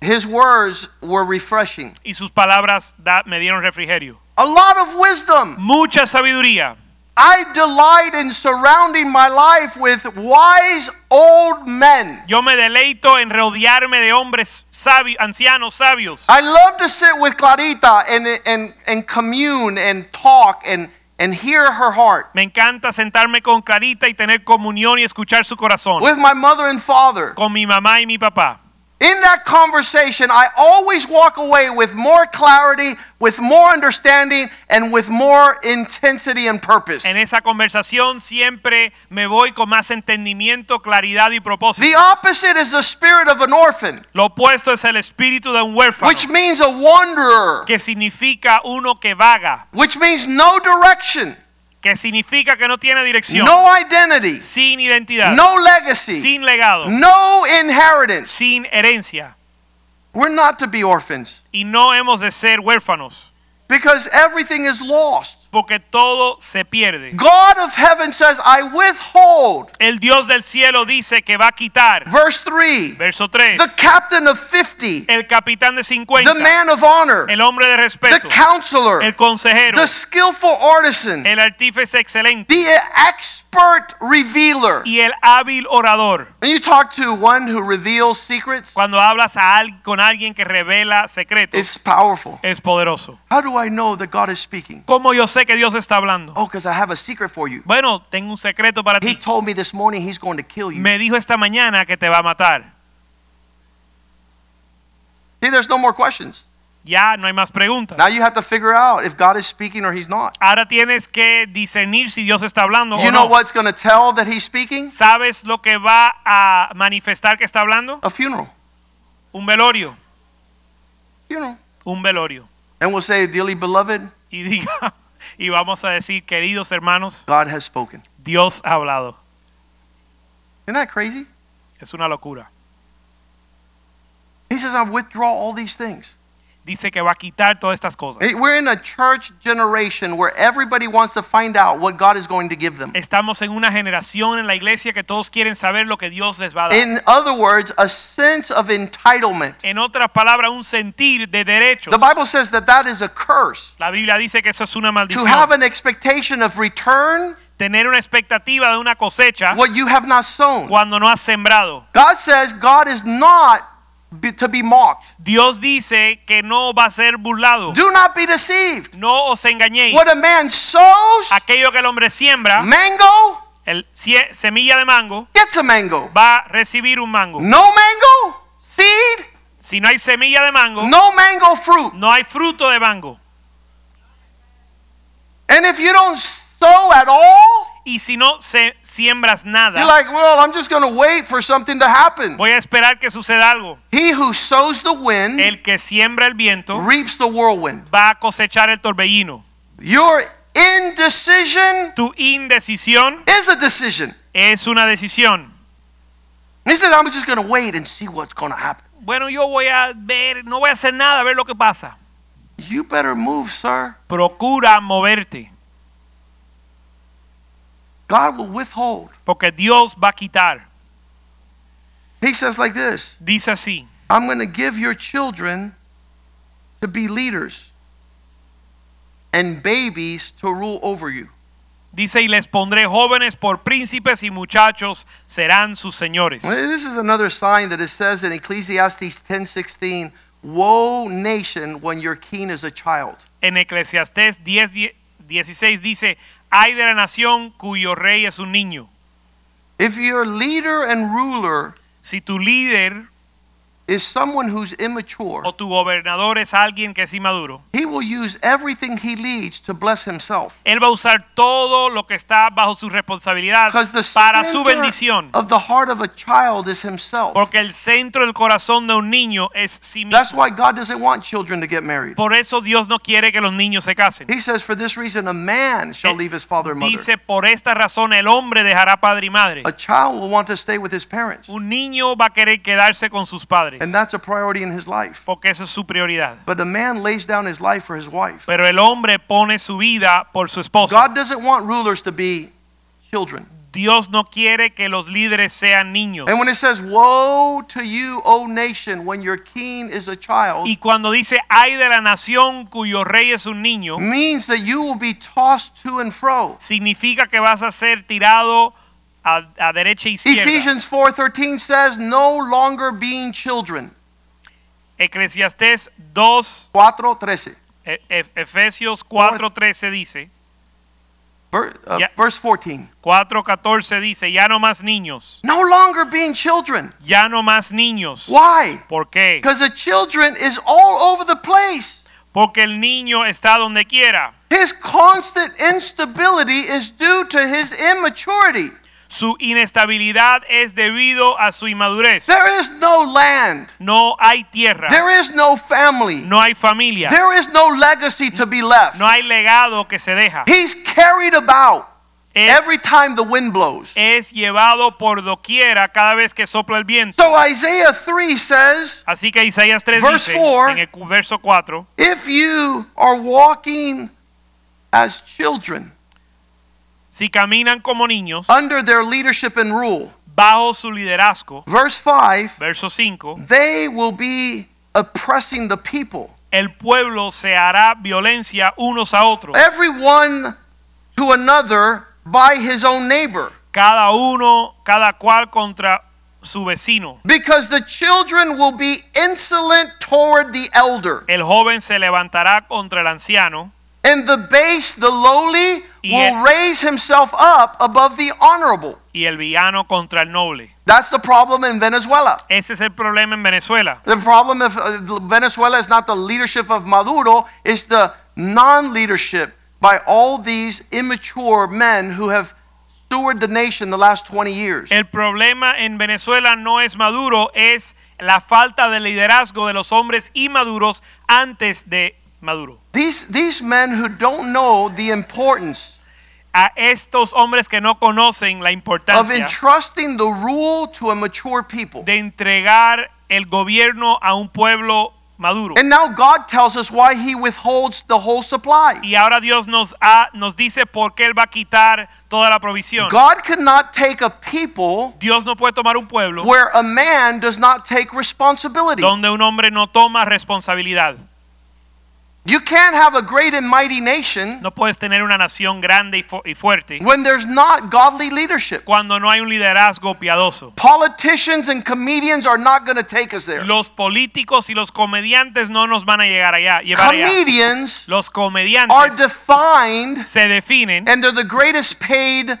Speaker 1: his words were refreshing.
Speaker 2: y sus palabras da- me dieron refrigerio.
Speaker 1: A lot of wisdom.
Speaker 2: Mucha sabiduría.
Speaker 1: I delight in surrounding my life with wise old men.
Speaker 2: Yo me deleito en rodearme de hombres sabios, ancianos sabios.
Speaker 1: I love to sit with Clarita and, and, and commune and talk and, and hear her heart.
Speaker 2: Me encanta sentarme con Clarita y tener comunión y escuchar su corazón.
Speaker 1: With my mother and father.
Speaker 2: Con mi mamá y mi papá.
Speaker 1: In that conversation, I always walk away with more clarity, with more understanding, and with more intensity and purpose.
Speaker 2: En esa conversación siempre me voy con más entendimiento, claridad y
Speaker 1: The
Speaker 2: propósito.
Speaker 1: opposite is the spirit of an orphan,
Speaker 2: Lo opuesto es el espíritu de un huérfano,
Speaker 1: which means a wanderer,
Speaker 2: que significa uno que vaga,
Speaker 1: which means no direction,
Speaker 2: que significa que no tiene dirección,
Speaker 1: no identity,
Speaker 2: sin identidad,
Speaker 1: no legacy,
Speaker 2: sin legado,
Speaker 1: no inheritance.
Speaker 2: sin herencia.
Speaker 1: We're not to be orphans
Speaker 2: Y no hemos de ser huérfanos,
Speaker 1: because everything is lost.
Speaker 2: porque todo se pierde.
Speaker 1: God of heaven says, I withhold,
Speaker 2: El Dios del cielo dice que va a quitar,
Speaker 1: verse 3,
Speaker 2: verso 3,
Speaker 1: the captain of 50,
Speaker 2: el capitán de
Speaker 1: the
Speaker 2: 50,
Speaker 1: man of honor.
Speaker 2: el hombre de
Speaker 1: the
Speaker 2: respeto,
Speaker 1: counselor,
Speaker 2: el consejero,
Speaker 1: the skillful artisan,
Speaker 2: el artífice excelente
Speaker 1: the expert revealer.
Speaker 2: y el hábil orador.
Speaker 1: When you talk to one who reveals secrets,
Speaker 2: Cuando hablas a al- con alguien que revela secretos,
Speaker 1: it's powerful.
Speaker 2: es poderoso.
Speaker 1: How do I know that God is speaking?
Speaker 2: ¿Cómo yo sé que Dios está hablando?
Speaker 1: Oh, because I have a secret for you.
Speaker 2: Bueno, tengo un secreto para ti.
Speaker 1: He told me this morning he's going to kill you.
Speaker 2: Me dijo esta mañana que te va a matar.
Speaker 1: See, there's no more questions.
Speaker 2: Ya no hay más preguntas.
Speaker 1: Now you have to figure out if God is speaking or he's not.
Speaker 2: Ahora tienes que discernir si Dios está hablando o
Speaker 1: You
Speaker 2: Oh,
Speaker 1: know
Speaker 2: no.
Speaker 1: what's going to tell that he's speaking?
Speaker 2: ¿Sabes lo que va a manifestar que está hablando?
Speaker 1: A funeral.
Speaker 2: Un velorio.
Speaker 1: Funeral.
Speaker 2: Un velorio.
Speaker 1: And we'll say, dearly beloved,
Speaker 2: Y diga, y vamos a decir, queridos hermanos,
Speaker 1: God has spoken.
Speaker 2: Dios ha hablado.
Speaker 1: Isn't that crazy?
Speaker 2: Es una locura.
Speaker 1: He says, I withdraw all these things.
Speaker 2: Dice que va a quitar todas estas cosas.
Speaker 1: Hey, We're in a church generation where everybody wants to find out what God is going to give them.
Speaker 2: Estamos en una generación en la iglesia que todos quieren saber lo que Dios les va a dar.
Speaker 1: In other words, a sense of entitlement.
Speaker 2: en otras palabras, un sentir de derechos.
Speaker 1: The Bible says that that is a curse.
Speaker 2: La Biblia dice que eso es una
Speaker 1: To have
Speaker 2: maldición.
Speaker 1: an expectation of return
Speaker 2: Tener una expectativa de una cosecha
Speaker 1: what you have not sown.
Speaker 2: cuando no has sembrado.
Speaker 1: God says God is not be- to be mocked.
Speaker 2: Dios dice que no va a ser burlado.
Speaker 1: Do not be deceived.
Speaker 2: No os engañéis.
Speaker 1: What a man sows,
Speaker 2: Aquello que el hombre siembra,
Speaker 1: mango,
Speaker 2: el sie- semilla de mango,
Speaker 1: gets a mango.
Speaker 2: va a recibir un mango.
Speaker 1: No mango seed,
Speaker 2: Si no hay semilla de mango,
Speaker 1: no mango fruit.
Speaker 2: no hay fruto de mango.
Speaker 1: And if you don't sow at all,
Speaker 2: Y si no se siembras
Speaker 1: you're
Speaker 2: nada,
Speaker 1: like, well, I'm just going to wait for something to happen.
Speaker 2: voy a esperar que suceda algo.
Speaker 1: He who sows the wind
Speaker 2: El que siembra el viento
Speaker 1: reaps the whirlwind.
Speaker 2: va a cosechar el torbellino.
Speaker 1: Your indecision
Speaker 2: Tu indecisión
Speaker 1: is a decision.
Speaker 2: es una decisión.
Speaker 1: He said, I'm just going to wait and see what's going to happen.
Speaker 2: Bueno, yo voy a ver, no voy a hacer nada, a ver lo que pasa.
Speaker 1: You better move, sir.
Speaker 2: Procura moverte,
Speaker 1: God will withhold.
Speaker 2: porque Dios va a quitar.
Speaker 1: He says like this
Speaker 2: Dice así,
Speaker 1: I'm going to give your children to be leaders and babies to rule over you.
Speaker 2: dice, y les pondré jóvenes por príncipes y muchachos serán sus señores.
Speaker 1: Well, This is another sign that it says in Ecclesiastes 10:16, "Woe nation when your king is a child."
Speaker 2: En Eclesiastés 10, 16 dice, hay de la nación cuyo rey es un niño.
Speaker 1: If your leader and ruler
Speaker 2: Si tu líder
Speaker 1: is someone who's immature,
Speaker 2: o tu gobernador es alguien que es inmaduro,
Speaker 1: he will use everything he leads to bless himself.
Speaker 2: él va a usar todo lo que está bajo su responsabilidad
Speaker 1: Because the
Speaker 2: para su
Speaker 1: center
Speaker 2: bendición.
Speaker 1: of the heart of a child is himself.
Speaker 2: Porque el centro del corazón de un niño es sí mismo.
Speaker 1: That's why God doesn't want children to get married.
Speaker 2: Por eso Dios no quiere que los niños se casen.
Speaker 1: He says, For this reason, a man shall leave his father and mother.
Speaker 2: Dice, por esta razón el hombre dejará padre y madre.
Speaker 1: A child will want to stay with his parents,
Speaker 2: Un niño va a querer quedarse con sus padres,
Speaker 1: and that's a priority in his life.
Speaker 2: porque esa es su prioridad.
Speaker 1: But a man lays down his life for his wife.
Speaker 2: Pero el hombre pone su vida por su esposa.
Speaker 1: God doesn't want rulers to be children.
Speaker 2: Dios no quiere que los líderes sean niños.
Speaker 1: And when it says, Woe to you, O nation, when your king is a child,
Speaker 2: Y cuando dice, ay de la nación cuyo rey es un niño,
Speaker 1: means that you will be tossed to and fro.
Speaker 2: significa que vas a ser tirado a, a derecha e izquierda.
Speaker 1: Ephesians 4:13 says, No longer being children.
Speaker 2: Eclesiastés 2,
Speaker 1: 4:13.
Speaker 2: e- e- Efesios 4.13 dice,
Speaker 1: Ver, uh,
Speaker 2: Yeah.
Speaker 1: Verse 14.
Speaker 2: 4.14 dice, ya no más niños,
Speaker 1: No longer being children.
Speaker 2: ya no más niños.
Speaker 1: Why?
Speaker 2: ¿Por qué?
Speaker 1: Because the children is all over the place.
Speaker 2: Porque el niño está donde quiera.
Speaker 1: His constant instability is due to his immaturity.
Speaker 2: Su inestabilidad es debido a su inmadurez.
Speaker 1: There is no land.
Speaker 2: No hay tierra,
Speaker 1: There is no family.
Speaker 2: no hay familia,
Speaker 1: There is no legacy to be left.
Speaker 2: no hay legado que se deja.
Speaker 1: He's carried about
Speaker 2: Es,
Speaker 1: every time the wind blows.
Speaker 2: es llevado por doquiera cada vez que sopla el viento.
Speaker 1: So Isaiah 3 says,
Speaker 2: Así que Isaías 3
Speaker 1: Verse
Speaker 2: dice
Speaker 1: four.
Speaker 2: en el cu- verso 4,
Speaker 1: If you are walking as children
Speaker 2: si caminan como niños
Speaker 1: under their leadership and rule,
Speaker 2: bajo su liderazgo,
Speaker 1: verse 5,
Speaker 2: verso 5,
Speaker 1: they will be oppressing the people.
Speaker 2: el pueblo se hará violencia unos a otros,
Speaker 1: Everyone to another by his own neighbor.
Speaker 2: cada uno, cada cual contra su vecino.
Speaker 1: Because the children will be insolent toward the elder.
Speaker 2: El joven se levantará contra el anciano
Speaker 1: And the base, the lowly,
Speaker 2: Y
Speaker 1: will
Speaker 2: el-
Speaker 1: raise himself up above the honorable.
Speaker 2: y el villano contra el noble.
Speaker 1: That's the problem in Venezuela.
Speaker 2: Ese es el problema en Venezuela.
Speaker 1: The problem of uh, Venezuela is not the leadership of Maduro, it's the non leadership by all these immature men who have stewarded the nation the last 20 years.
Speaker 2: El problema en Venezuela no es Maduro, es la falta de liderazgo de los hombres inmaduros antes de Maduro.
Speaker 1: These, these men who don't know the importance
Speaker 2: a estos hombres que no conocen la
Speaker 1: of
Speaker 2: importancia
Speaker 1: entrusting the rule to a mature people.
Speaker 2: de entregar el gobierno a un pueblo maduro.
Speaker 1: And now God tells us why he withholds the whole supply.
Speaker 2: Y ahora Dios nos, ha- nos dice por qué Él va a quitar toda la provisión.
Speaker 1: God could not take a people
Speaker 2: Dios no puede tomar un pueblo
Speaker 1: where a man does not take responsibility.
Speaker 2: donde un hombre no toma responsabilidad.
Speaker 1: You can't have a great and mighty nation
Speaker 2: No puedes tener una nación grande y, fu- y fuerte
Speaker 1: when there's not godly leadership.
Speaker 2: cuando no hay un liderazgo piadoso.
Speaker 1: Politicians and comedians are not going to take us there.
Speaker 2: Los políticos y los comediantes no nos van a llegar allá, llevar allá.
Speaker 1: Comedians
Speaker 2: Los
Speaker 1: are
Speaker 2: comediantes
Speaker 1: defined
Speaker 2: se definen
Speaker 1: and they're the greatest paid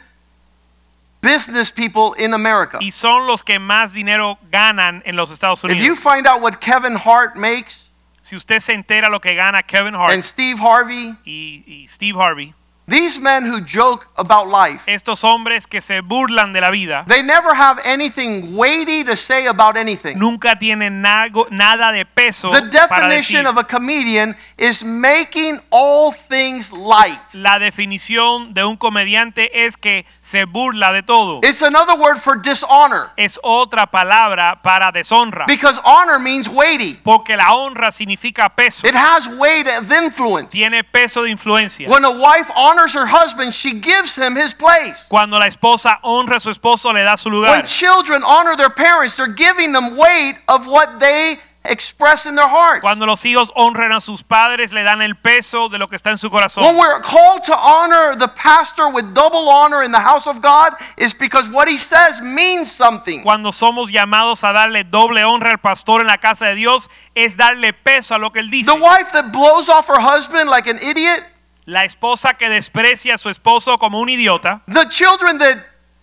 Speaker 1: business people in America.
Speaker 2: y son los que más dinero ganan en los Estados
Speaker 1: If you
Speaker 2: Unidos.
Speaker 1: find out what Kevin Hart makes
Speaker 2: Si usted se entera lo que gana Kevin Hart
Speaker 1: and Steve Harvey,
Speaker 2: y, y Steve Harvey,
Speaker 1: these men who joke about life,
Speaker 2: estos hombres que se burlan de la vida
Speaker 1: they never have anything weighty to say about anything.
Speaker 2: nunca tienen nago- nada de peso
Speaker 1: The
Speaker 2: para decir.
Speaker 1: definition of a comedian is making all things light.
Speaker 2: La definición de un comediante es que se burla de todo.
Speaker 1: It's another word for dishonor
Speaker 2: Es otra palabra para deshonra,
Speaker 1: because honor means weighty.
Speaker 2: porque la honra significa peso,
Speaker 1: It has weight of influence.
Speaker 2: tiene peso de influencia.
Speaker 1: When a wife honors her husband, she gives him his place.
Speaker 2: Cuando la esposa honra a su esposo, le da su
Speaker 1: When
Speaker 2: lugar.
Speaker 1: children honor their parents, they're giving them weight of what they express in their heart.
Speaker 2: Cuando los hijos honran a sus padres, le dan el peso de lo que está en su
Speaker 1: When
Speaker 2: corazón.
Speaker 1: we're called to honor the pastor with double honor in the house of God, it's because what he says means something.
Speaker 2: Cuando somos llamados a darle doble honra al pastor en la casa de Dios, es darle peso a lo que él dice.
Speaker 1: The wife that blows off her husband like an idiot,
Speaker 2: La esposa que desprecia a su esposo como un idiota,
Speaker 1: the children that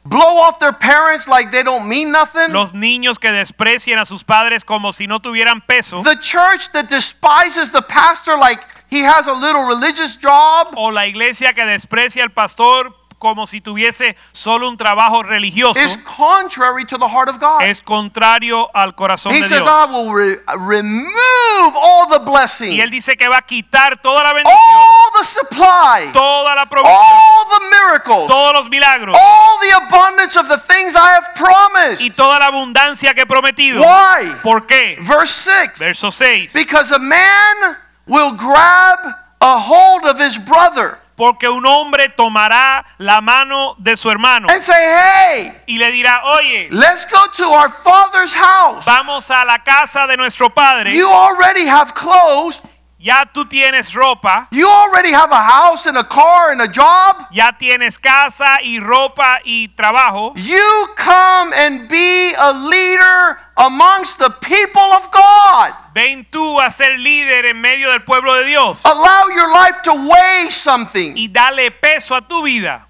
Speaker 1: blow off their parents like they don't mean nothing,
Speaker 2: los niños que desprecian a sus padres como si no tuvieran peso,
Speaker 1: the church that despises the pastor like he has a little religious job.
Speaker 2: o la iglesia que desprecia al pastor como si tuviese solo un trabajo religioso,
Speaker 1: is contrary to the heart of God.
Speaker 2: es contrario al corazón
Speaker 1: he
Speaker 2: de
Speaker 1: says, "Ah,
Speaker 2: Dios.
Speaker 1: I will re- remove all the
Speaker 2: Y él
Speaker 1: blessing,
Speaker 2: dice que va a quitar toda la bendición,
Speaker 1: all the supply,
Speaker 2: toda la provisión,
Speaker 1: all the miracles,
Speaker 2: todos los milagros
Speaker 1: all the abundance of the things I have
Speaker 2: y
Speaker 1: promised.
Speaker 2: toda la abundancia que he prometido.
Speaker 1: Why?
Speaker 2: ¿Por qué?
Speaker 1: Verse 6
Speaker 2: Verso 6.
Speaker 1: Because a man will grab a hold of his brother
Speaker 2: Porque un hombre tomará la mano de su hermano
Speaker 1: and say, Hey,
Speaker 2: y le dirá, oye,
Speaker 1: let's go to our father's house.
Speaker 2: vamos a la casa de nuestro padre,
Speaker 1: You already have clothes,
Speaker 2: ya tú tienes ropa,
Speaker 1: you already have a house and a car and a job.
Speaker 2: ya tienes casa y ropa y trabajo.
Speaker 1: You come and be a leader amongst the people of God.
Speaker 2: Ven tú a ser líder en medio del pueblo de Dios
Speaker 1: Allow your life to weigh something.
Speaker 2: y dale peso a tu vida.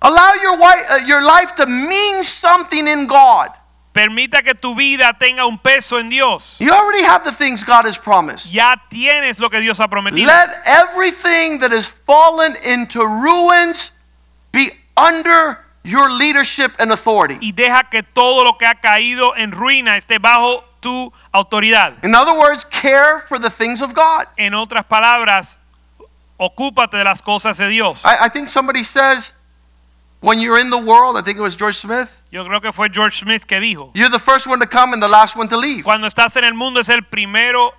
Speaker 1: Allow your, wi- uh, your life to mean something in God.
Speaker 2: Permita que tu vida tenga un peso en Dios.
Speaker 1: You already have the things God has promised.
Speaker 2: Ya tienes lo que Dios ha prometido.
Speaker 1: Let everything that has fallen into ruins be under your leadership and authority.
Speaker 2: y deja que todo lo que ha caído en ruina esté bajo tu autoridad.
Speaker 1: In other words, care for the things of God.
Speaker 2: En otras palabras, ocúpate de las cosas de Dios.
Speaker 1: I, I think somebody says, when you're in the world, I think it was George Smith,
Speaker 2: Yo creo que fue George Smith que dijo,
Speaker 1: You're the first one to come and the last one to leave.
Speaker 2: cuando estás en el mundo es el primero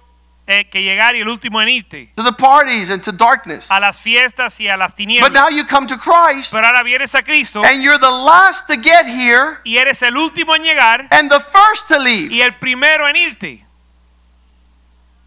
Speaker 2: eh, que llegar y el último en irte,
Speaker 1: To the parties and to darkness.
Speaker 2: a las fiestas y a las
Speaker 1: But
Speaker 2: tinieblas.
Speaker 1: now you come to Christ
Speaker 2: Pero ahora vienes a Cristo
Speaker 1: and you're the last to get here
Speaker 2: y eres el último en llegar
Speaker 1: and the first to leave.
Speaker 2: y el primero en irte.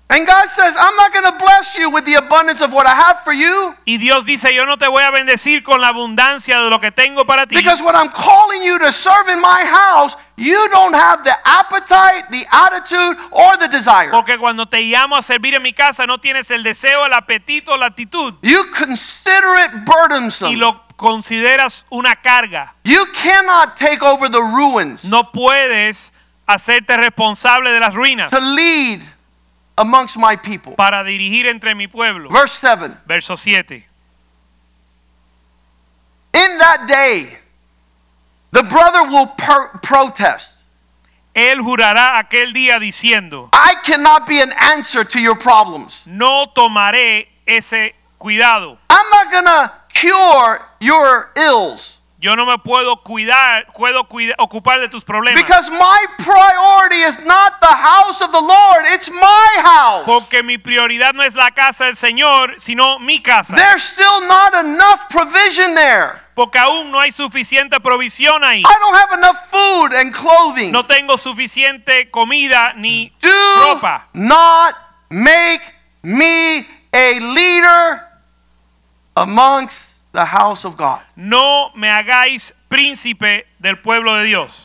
Speaker 1: And God says, I'm not going to bless you with the abundance of what I have for you
Speaker 2: Y Dios dice, yo no te voy a bendecir con la abundancia de lo que tengo para ti.
Speaker 1: because what I'm calling you to serve in my house, you don't have the appetite, the attitude, or the desire.
Speaker 2: Porque cuando te llamo a servir en mi casa no tienes el deseo, el apetito, la actitud
Speaker 1: You consider it
Speaker 2: y
Speaker 1: burdensome.
Speaker 2: lo consideras una carga.
Speaker 1: You cannot take over the ruins
Speaker 2: No puedes hacerte responsable de las ruinas
Speaker 1: to lead amongst my people.
Speaker 2: para dirigir entre mi pueblo.
Speaker 1: Verse 7.
Speaker 2: Verso 7.
Speaker 1: In that day, the brother will per- protest.
Speaker 2: Él jurará aquel día diciendo,
Speaker 1: I cannot be an answer to your problems.
Speaker 2: no tomaré ese cuidado.
Speaker 1: I'm not going to cure your ills.
Speaker 2: Yo no me puedo cuidar, puedo cuida- ocupar de tus problemas.
Speaker 1: Because my priority is not the house of the Lord, it's my house.
Speaker 2: porque mi prioridad no es la casa del Señor, sino mi casa.
Speaker 1: There's still not enough provision there.
Speaker 2: porque aún no hay suficiente provisión ahí.
Speaker 1: I don't have enough food and clothing.
Speaker 2: No tengo suficiente comida ni
Speaker 1: Do
Speaker 2: ropa.
Speaker 1: not make me a leader amongst the house of God.
Speaker 2: No me hagáis príncipe del pueblo de Dios.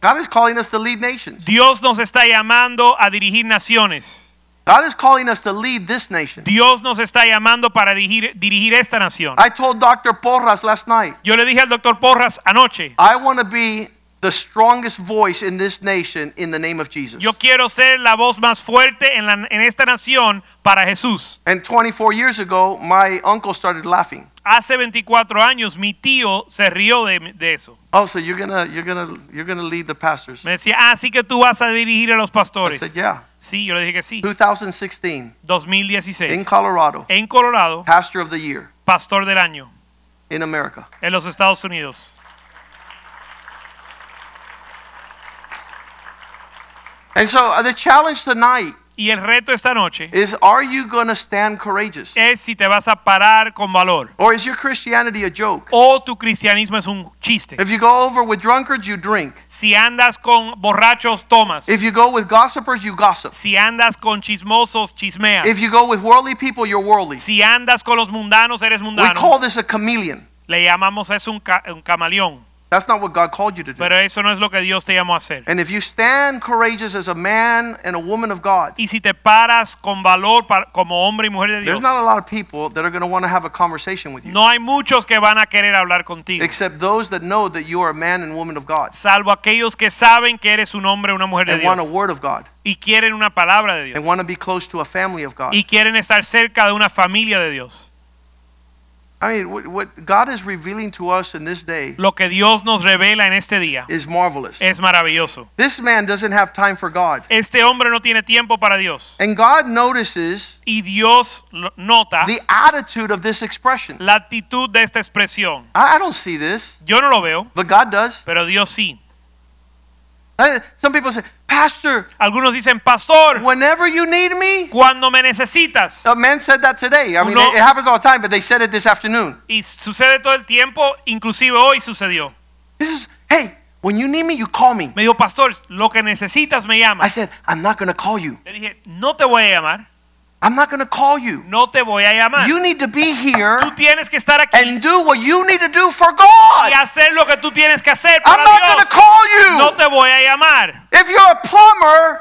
Speaker 1: God is calling us to lead nations.
Speaker 2: Dios nos está llamando a dirigir naciones.
Speaker 1: God is calling us to lead this nation.
Speaker 2: Dios nos está llamando para dirigir, dirigir esta nación.
Speaker 1: I told Dr. Porras last night,
Speaker 2: Yo le dije al doctor Porras anoche,
Speaker 1: I want to be the strongest voice in this nation in the name of Jesus.
Speaker 2: yo quiero ser la voz más fuerte en, la- en esta nación para Jesús.
Speaker 1: And 24 years ago, my uncle started laughing.
Speaker 2: Hace 24 años mi tío se rió de, de eso.
Speaker 1: Oh, so you're gonna you're gonna you're gonna lead the pastors?
Speaker 2: Me decía, ah, así que tú vas a dirigir a los
Speaker 1: I
Speaker 2: pastores.
Speaker 1: said, yeah.
Speaker 2: Sí, yo le dije que sí.
Speaker 1: 2016 in
Speaker 2: 2016.
Speaker 1: Colorado,
Speaker 2: En Colorado,
Speaker 1: pastor of the year
Speaker 2: pastor del año
Speaker 1: in America.
Speaker 2: en los Estados Unidos.
Speaker 1: And so uh, the challenge tonight
Speaker 2: Y el reto esta noche
Speaker 1: is: Are you gonna stand courageous,
Speaker 2: es si te vas a parar con valor
Speaker 1: or is your Christianity a joke?
Speaker 2: o tu cristianismo es un chiste.
Speaker 1: If you go over with drunkards, you drink.
Speaker 2: Si andas con borrachos, tomas.
Speaker 1: If you go with gossipers, you gossip.
Speaker 2: Si andas con chismosos, chismeas.
Speaker 1: If you go with worldly people, you're worldly.
Speaker 2: Si andas con los mundanos, eres
Speaker 1: We
Speaker 2: mundano.
Speaker 1: call this a chameleon.
Speaker 2: Le llamamos es un, ca- un camaleón.
Speaker 1: That's not what God called you to do.
Speaker 2: Pero eso no es lo que Dios te llamó a hacer.
Speaker 1: And if you stand courageous as a man and a woman of God,
Speaker 2: Y si te paras con valor para- como hombre y mujer de Dios,
Speaker 1: there's not a lot of people that are going to want to have a conversation with you,
Speaker 2: no hay muchos que van a querer hablar contigo.
Speaker 1: except those that know that you are a man and woman of God
Speaker 2: Salvo aquellos que saben que eres un hombre o una mujer de
Speaker 1: and want a
Speaker 2: Dios
Speaker 1: word of God
Speaker 2: y quieren una palabra de Dios.
Speaker 1: and want to be close to a family of God.
Speaker 2: y quieren estar cerca de una familia de Dios.
Speaker 1: I mean, what, what God is revealing to us in this day
Speaker 2: Lo que Dios nos revela en este día
Speaker 1: is marvelous.
Speaker 2: es maravilloso.
Speaker 1: This man doesn't have time for God.
Speaker 2: Este hombre no tiene tiempo para Dios
Speaker 1: And God notices
Speaker 2: y Dios lo- nota
Speaker 1: the attitude of this expression.
Speaker 2: la actitud de esta expresión.
Speaker 1: I, I don't see this,
Speaker 2: Yo no lo veo,
Speaker 1: but God does.
Speaker 2: pero Dios sí.
Speaker 1: Uh, Some people say, Pastor,
Speaker 2: Algunos dicen, pastor,
Speaker 1: whenever you need me,
Speaker 2: cuando me necesitas.
Speaker 1: A man said that today. I mean,
Speaker 2: Uno-
Speaker 1: it, it happens all the time, but they said it this afternoon.
Speaker 2: Y sucede todo el tiempo, inclusive hoy sucedió.
Speaker 1: This is, hey, when you need me, you call me.
Speaker 2: Me dijo, pastor, lo que necesitas me llama.
Speaker 1: I said, I'm not going to call you.
Speaker 2: Le dije, no te voy a llamar,
Speaker 1: I'm not going to call you.
Speaker 2: no te voy a llamar.
Speaker 1: You need to be here
Speaker 2: Tú tienes que estar aquí
Speaker 1: and do what you need to do for
Speaker 2: y
Speaker 1: God.
Speaker 2: hacer lo que tú tienes que hacer para
Speaker 1: I'm not going
Speaker 2: Dios.
Speaker 1: to call
Speaker 2: No
Speaker 1: you.
Speaker 2: te voy a llamar.
Speaker 1: If you're a plumber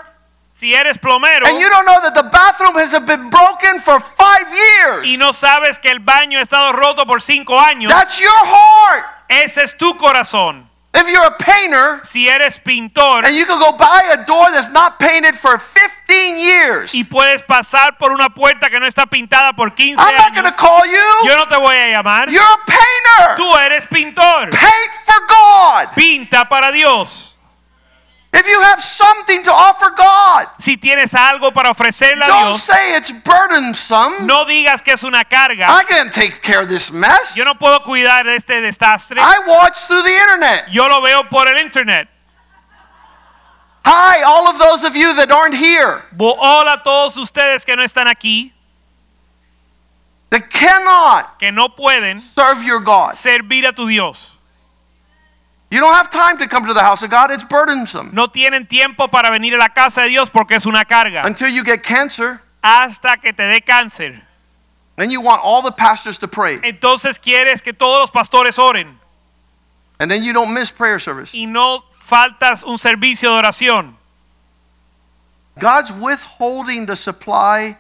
Speaker 2: Si eres plomero
Speaker 1: and you don't know that the bathroom has been broken for five
Speaker 2: y
Speaker 1: years,
Speaker 2: no sabes que el baño ha estado roto por cinco años,
Speaker 1: that's your heart.
Speaker 2: ese es tu corazón.
Speaker 1: If you're a painter
Speaker 2: Si eres pintor
Speaker 1: and you can go buy a door that's not painted for 15 years,
Speaker 2: y puedes pasar por una puerta que no está pintada por 15
Speaker 1: I'm not going
Speaker 2: años,
Speaker 1: to call you.
Speaker 2: yo no te voy a llamar.
Speaker 1: You're a painter.
Speaker 2: Tú eres pintor.
Speaker 1: paint for God.
Speaker 2: Pinta para Dios.
Speaker 1: If you have something to offer God,
Speaker 2: Si tienes algo para ofrecerle a
Speaker 1: don't
Speaker 2: Dios,
Speaker 1: say it's burdensome.
Speaker 2: no digas que es una carga.
Speaker 1: I can take care of this mess.
Speaker 2: Yo no puedo cuidar de este desastre.
Speaker 1: I watch through the internet.
Speaker 2: Yo lo veo por el internet.
Speaker 1: Hi, all of those of you that aren't here,
Speaker 2: Bo- Hola a todos ustedes que no están aquí,
Speaker 1: that cannot
Speaker 2: que no pueden
Speaker 1: serve your God.
Speaker 2: servir a tu Dios.
Speaker 1: You don't have time to come to the house of God. It's burdensome.
Speaker 2: No tienen tiempo para venir a la casa de Dios porque es una carga.
Speaker 1: Until you get cancer
Speaker 2: Hasta que te dé cáncer.
Speaker 1: and you want all the pastors to pray.
Speaker 2: Entonces quieres que todos los pastores oren
Speaker 1: And then you don't miss prayer service.
Speaker 2: y no faltas un servicio de oración.
Speaker 1: God's withholding the supply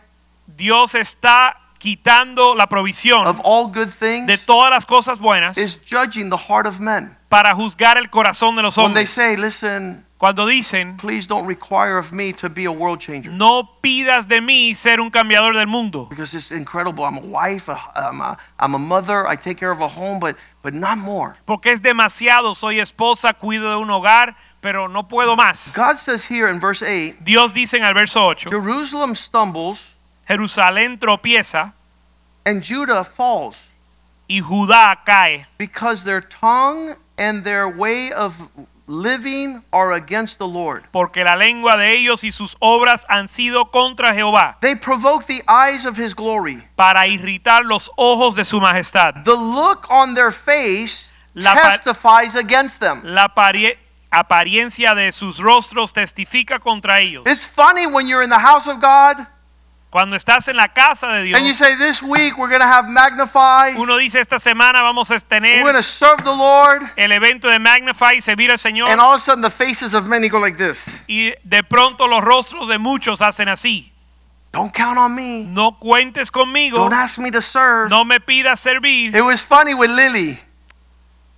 Speaker 2: Dios está quitando la
Speaker 1: of
Speaker 2: provisión
Speaker 1: all good things
Speaker 2: de todas las cosas buenas
Speaker 1: is judging the heart of men.
Speaker 2: para juzgar el corazón de los
Speaker 1: When they
Speaker 2: hombres.
Speaker 1: say, listen,
Speaker 2: Cuando dicen,
Speaker 1: please don't require of me to be a world changer
Speaker 2: no pidas de mí ser un cambiador del mundo.
Speaker 1: because it's incredible. I'm a wife, a- I'm a, I'm a mother, I take care of a home, but, but not more.
Speaker 2: Porque es demasiado. Soy esposa, cuido de un hogar, pero no puedo más.
Speaker 1: God says here in verse 8
Speaker 2: Dios dice en el verso 8,
Speaker 1: Jerusalem stumbles
Speaker 2: Jerusalén tropieza
Speaker 1: And Judah falls
Speaker 2: y Judá cae
Speaker 1: because their tongue and their way of living are against the Lord.
Speaker 2: porque la lengua de ellos y sus obras han sido contra Jehová
Speaker 1: They provoke the eyes of his glory.
Speaker 2: para irritar los ojos de su majestad.
Speaker 1: The look on their face
Speaker 2: La pa-
Speaker 1: testifies against them.
Speaker 2: La apari- apariencia de sus rostros testifica contra ellos.
Speaker 1: It's funny when you're in the house of God
Speaker 2: Cuando estás en la casa de
Speaker 1: and you
Speaker 2: Dios,
Speaker 1: say, This week we're going to have Magnify,
Speaker 2: uno dice esta semana vamos a
Speaker 1: we're
Speaker 2: tener
Speaker 1: going to serve the Lord.
Speaker 2: el evento de Magnify y servir al Señor
Speaker 1: And all of a sudden the faces of many go like this
Speaker 2: y de pronto los rostros de muchos hacen así.
Speaker 1: Don't count on me.
Speaker 2: No cuentes conmigo,
Speaker 1: Don't ask me to serve.
Speaker 2: no me pidas servir.
Speaker 1: It was funny with Lily.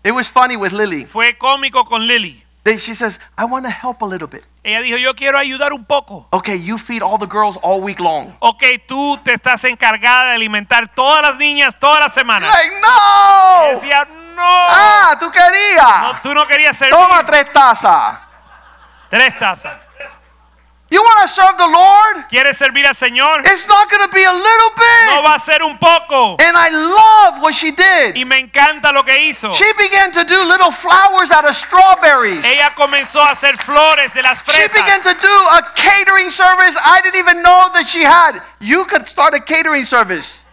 Speaker 1: It was funny with Lily.
Speaker 2: Fue cómico con Lily.
Speaker 1: Then she says, I want to help a little bit.
Speaker 2: Ella dijo, yo quiero ayudar un poco.
Speaker 1: Okay, you feed all the girls all week long.
Speaker 2: Ok, tú te estás encargada de alimentar todas las niñas todas las semanas.
Speaker 1: Like, no!
Speaker 2: Decía, no,
Speaker 1: Ah, tú querías.
Speaker 2: no, tú no querías servir.
Speaker 1: Toma tres tazas.
Speaker 2: Tres tazas.
Speaker 1: You want to serve the Lord?
Speaker 2: ¿Quieres servir al Señor?
Speaker 1: It's not going to be a little
Speaker 2: No
Speaker 1: bit.
Speaker 2: va a ser un poco.
Speaker 1: And I love what she did.
Speaker 2: Y me encanta lo que hizo.
Speaker 1: She began to do little flowers out of strawberries.
Speaker 2: Ella comenzó a hacer flores de las
Speaker 1: She began
Speaker 2: fresas.
Speaker 1: to do a catering service I didn't even know that she had. You could start a catering service.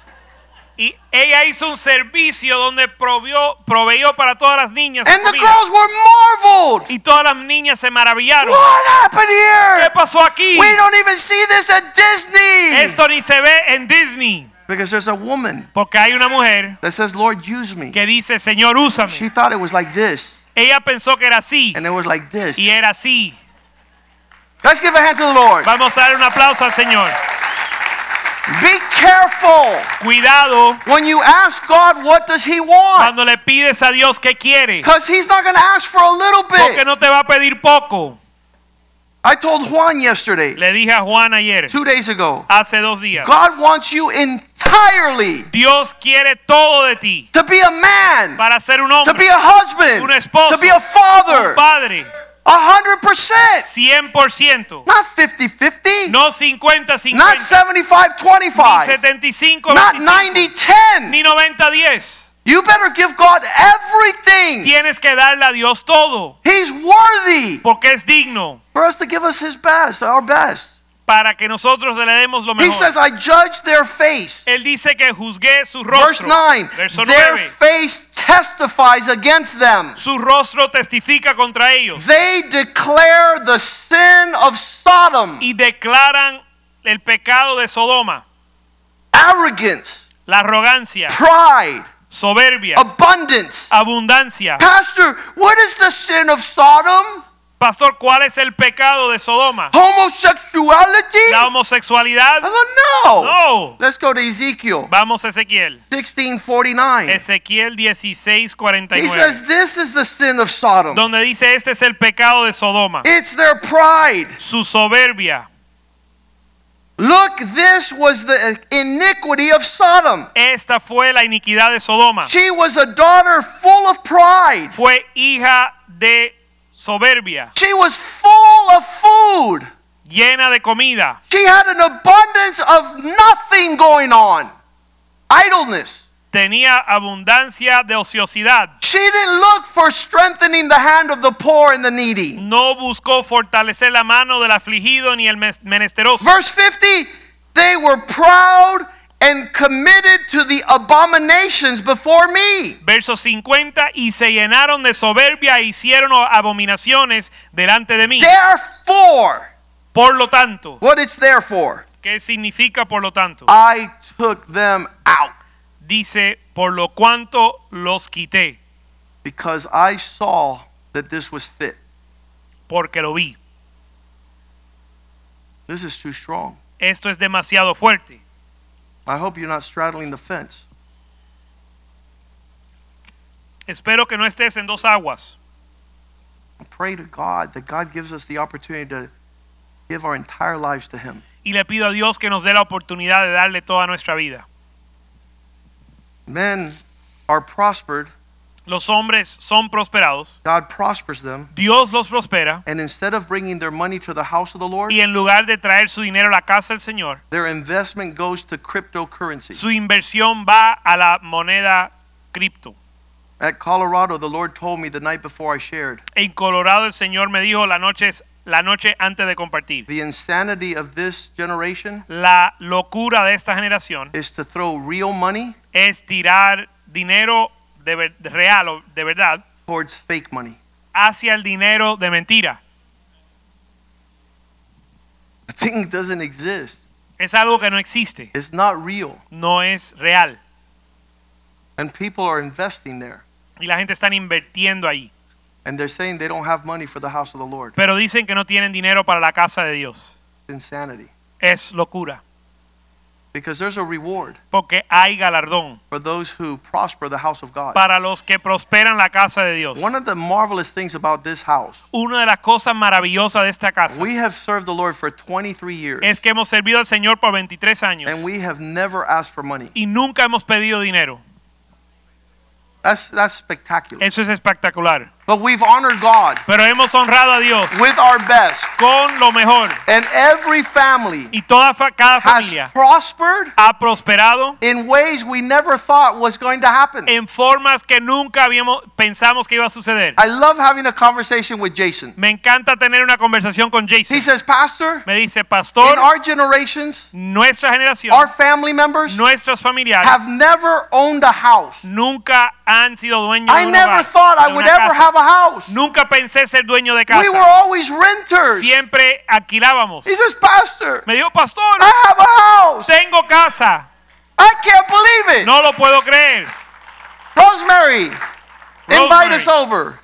Speaker 2: Y ella hizo un servicio donde provió, proveyó para todas las niñas.
Speaker 1: And the
Speaker 2: comida.
Speaker 1: girls were marveled.
Speaker 2: Y todas las niñas se maravillaron.
Speaker 1: What happened
Speaker 2: ¿Qué
Speaker 1: here?
Speaker 2: pasó aquí?
Speaker 1: We don't even see this at Disney.
Speaker 2: Esto ni se ve en Disney.
Speaker 1: Because there's a woman
Speaker 2: Porque hay una mujer
Speaker 1: that says, Lord, use me.
Speaker 2: que dice, Señor, úsame.
Speaker 1: She thought it was like this,
Speaker 2: Ella pensó que era así.
Speaker 1: and it was like this.
Speaker 2: Y era así.
Speaker 1: Let's give a hand to the Lord.
Speaker 2: Vamos a dar un aplauso al Señor.
Speaker 1: Be careful
Speaker 2: Cuidado
Speaker 1: when you ask God, what does He want?
Speaker 2: cuando le pides a Dios que quiere.
Speaker 1: Because He's not going to ask for a little
Speaker 2: Porque
Speaker 1: bit.
Speaker 2: no te va a pedir poco.
Speaker 1: I told Juan yesterday,
Speaker 2: Le dije a Juan ayer,
Speaker 1: two days ago,
Speaker 2: hace dos días.
Speaker 1: God wants you entirely
Speaker 2: Dios quiere todo de ti
Speaker 1: to be a man,
Speaker 2: para ser un
Speaker 1: to be
Speaker 2: hombre,
Speaker 1: a husband,
Speaker 2: Un esposo.
Speaker 1: to be a father,
Speaker 2: un padre,
Speaker 1: a hundred percent,
Speaker 2: 100%.
Speaker 1: not 50-50,
Speaker 2: No 50, 50,
Speaker 1: not
Speaker 2: ni
Speaker 1: 75-25,
Speaker 2: 75,
Speaker 1: not
Speaker 2: 25,
Speaker 1: 90-10.
Speaker 2: ni 90, 10.
Speaker 1: You better give God everything.
Speaker 2: Tienes que darle a Dios todo,
Speaker 1: He's worthy
Speaker 2: porque es digno
Speaker 1: for us to give us His best, our best.
Speaker 2: para que nosotros le demos lo
Speaker 1: He says,
Speaker 2: mejor.
Speaker 1: "I judge their face."
Speaker 2: Él dice que juzgué su
Speaker 1: Verse
Speaker 2: rostro.
Speaker 1: nine.
Speaker 2: Verso
Speaker 1: Their
Speaker 2: 9.
Speaker 1: face testifies against them.
Speaker 2: Su rostro testifica contra ellos
Speaker 1: They declare the sin of Sodom.
Speaker 2: y declaran el pecado de Sodoma,
Speaker 1: arrogance,
Speaker 2: la arrogancia,
Speaker 1: pride,
Speaker 2: soberbia,
Speaker 1: abundance.
Speaker 2: abundancia.
Speaker 1: Pastor, what is the sin of Sodom?
Speaker 2: Pastor, ¿cuál es el pecado de Sodoma?
Speaker 1: Homosexuality?
Speaker 2: ¿La homosexualidad?
Speaker 1: I don't know.
Speaker 2: No.
Speaker 1: Let's go to Ezekiel
Speaker 2: Vamos a Ezequiel.
Speaker 1: 1649.
Speaker 2: Ezequiel 16,
Speaker 1: He
Speaker 2: 49.
Speaker 1: says this is the sin of Sodom.
Speaker 2: Donde dice, este es el pecado de Sodoma.
Speaker 1: It's their pride.
Speaker 2: Su soberbia.
Speaker 1: Look, this was the iniquity of Sodom.
Speaker 2: Esta fue la iniquidad de Sodoma.
Speaker 1: She was a daughter full of pride.
Speaker 2: Fue hija de soberbia,
Speaker 1: She was full of food.
Speaker 2: llena de comida.
Speaker 1: She had an abundance of nothing going on. Idleness.
Speaker 2: Tenía abundancia de ociosidad.
Speaker 1: She didn't look for strengthening the hand of the poor and the needy.
Speaker 2: No buscó fortalecer la mano del afligido ni el mes- menesteroso.
Speaker 1: Verse 50 They were proud and committed to the abominations before me.
Speaker 2: Verso 50, y se llenaron de soberbia e hicieron abominaciones delante de mí.
Speaker 1: Therefore,
Speaker 2: Por lo tanto,
Speaker 1: what it's there for,
Speaker 2: ¿qué significa por lo tanto?
Speaker 1: I took them out
Speaker 2: Dice, por lo cuanto los quité,
Speaker 1: because I saw that this was fit.
Speaker 2: porque lo vi.
Speaker 1: This is too strong.
Speaker 2: Esto es demasiado fuerte.
Speaker 1: I hope you're not straddling the fence.
Speaker 2: Espero que no estés en dos aguas.
Speaker 1: Pray to God that God gives us the opportunity to give our entire lives to Him.
Speaker 2: Y le pido a Dios que nos dé la oportunidad de darle toda nuestra vida.
Speaker 1: Men are prospered
Speaker 2: Los hombres son prosperados.
Speaker 1: God prospers them.
Speaker 2: Dios los prospera.
Speaker 1: And instead of bringing their money to the house of the Lord,
Speaker 2: Y en lugar de traer su dinero a la casa del Señor,
Speaker 1: their investment goes to cryptocurrency.
Speaker 2: su inversión va a la moneda cripto.
Speaker 1: At Colorado, the Lord told me the night before I shared
Speaker 2: En Colorado el Señor me dijo la noche, la noche antes de compartir.
Speaker 1: the insanity of this generation
Speaker 2: La locura de esta generación
Speaker 1: is to throw real money
Speaker 2: es tirar dinero de ver- real o de verdad
Speaker 1: towards fake money.
Speaker 2: hacia el dinero de mentira.
Speaker 1: The thing doesn't exist,
Speaker 2: Es algo que no existe,
Speaker 1: it's not real.
Speaker 2: no es real.
Speaker 1: And people are investing there.
Speaker 2: Y la gente está invirtiendo ahí.
Speaker 1: And they're saying they don't have money for the house of the Lord.
Speaker 2: Pero dicen que no tienen dinero para la casa de Dios.
Speaker 1: It's insanity.
Speaker 2: Es locura.
Speaker 1: Because there's a reward
Speaker 2: Porque hay galardón
Speaker 1: for those who prosper the house of God.
Speaker 2: para los que prosperan la casa de Dios.
Speaker 1: One of the marvelous things about this house,
Speaker 2: Una de las cosas maravillosas de esta casa
Speaker 1: we have served the Lord for 23 years
Speaker 2: es que hemos servido al Señor por 23 años
Speaker 1: and we have never asked for money.
Speaker 2: y nunca hemos pedido dinero.
Speaker 1: That's, that's spectacular.
Speaker 2: Eso es espectacular.
Speaker 1: But we've honored God
Speaker 2: Pero hemos honrado a Dios
Speaker 1: with our best.
Speaker 2: con lo mejor.
Speaker 1: And every family
Speaker 2: Y toda fa- cada
Speaker 1: has
Speaker 2: familia
Speaker 1: prospered
Speaker 2: ha prosperado
Speaker 1: in ways we never thought was going to happen.
Speaker 2: en formas que nunca habíamos pensamos que iba a suceder.
Speaker 1: I love having a conversation with Jason.
Speaker 2: Me encanta tener una conversación con
Speaker 1: He
Speaker 2: Jason.
Speaker 1: says, Pastor,
Speaker 2: Me dice,
Speaker 1: in
Speaker 2: pastor,
Speaker 1: our generations,
Speaker 2: nuestra generación,
Speaker 1: our family members
Speaker 2: nuestros familiares
Speaker 1: have never owned a house.
Speaker 2: nunca han sido dueños de
Speaker 1: I
Speaker 2: un
Speaker 1: never
Speaker 2: hogar,
Speaker 1: thought
Speaker 2: de
Speaker 1: I would
Speaker 2: una
Speaker 1: ever
Speaker 2: casa.
Speaker 1: have a house.
Speaker 2: Nunca pensé ser dueño de
Speaker 1: We were
Speaker 2: casa.
Speaker 1: always renters.
Speaker 2: Siempre alquilábamos.
Speaker 1: He says, Pastor,
Speaker 2: Me dijo, pastor,
Speaker 1: I have a house.
Speaker 2: tengo casa.
Speaker 1: I can't believe it.
Speaker 2: No lo puedo creer.
Speaker 1: Rosemary, invite
Speaker 2: Rosemary.
Speaker 1: us over.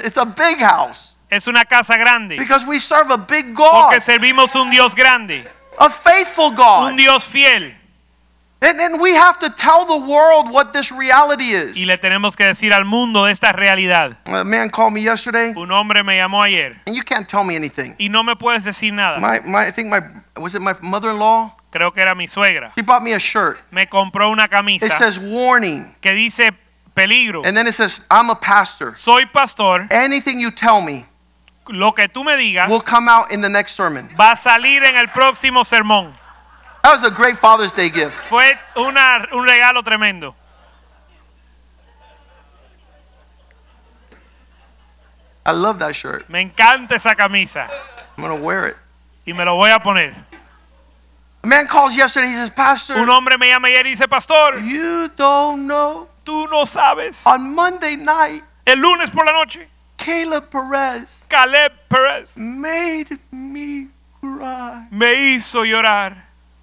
Speaker 1: It's a big house
Speaker 2: Es una casa grande.
Speaker 1: because we serve a big God,
Speaker 2: Porque servimos un Dios grande,
Speaker 1: a faithful
Speaker 2: un
Speaker 1: God.
Speaker 2: Dios fiel.
Speaker 1: And, and we have to tell the world what this reality is.
Speaker 2: Y le tenemos que decir al mundo de esta realidad.
Speaker 1: A man called me yesterday,
Speaker 2: Un hombre me llamó ayer
Speaker 1: and you can't tell me anything.
Speaker 2: y no me puedes decir nada.
Speaker 1: My, my, I think my, was it my mother in law?
Speaker 2: Creo que era mi suegra.
Speaker 1: She bought me a shirt.
Speaker 2: Me compró una
Speaker 1: It
Speaker 2: camisa
Speaker 1: says warning,
Speaker 2: que dice peligro.
Speaker 1: and then it says, I'm a pastor.
Speaker 2: Soy pastor.
Speaker 1: Anything you tell me
Speaker 2: Lo que tú me digas
Speaker 1: will come out in the next sermon.
Speaker 2: va a salir en el próximo sermón.
Speaker 1: That was a great Father's Day gift.
Speaker 2: Fue una- un regalo tremendo.
Speaker 1: I love that shirt.
Speaker 2: Me encanta esa camisa
Speaker 1: I'm going to wear it.
Speaker 2: y me lo voy a poner.
Speaker 1: A man calls yesterday, he says,
Speaker 2: Un
Speaker 1: Pastor,
Speaker 2: hombre me llama ayer y dice, pastor,
Speaker 1: you don't know.
Speaker 2: tú no sabes.
Speaker 1: On Monday night,
Speaker 2: El lunes por la noche,
Speaker 1: Caleb Perez
Speaker 2: Caleb Perez
Speaker 1: made me cry.
Speaker 2: me hizo llorar.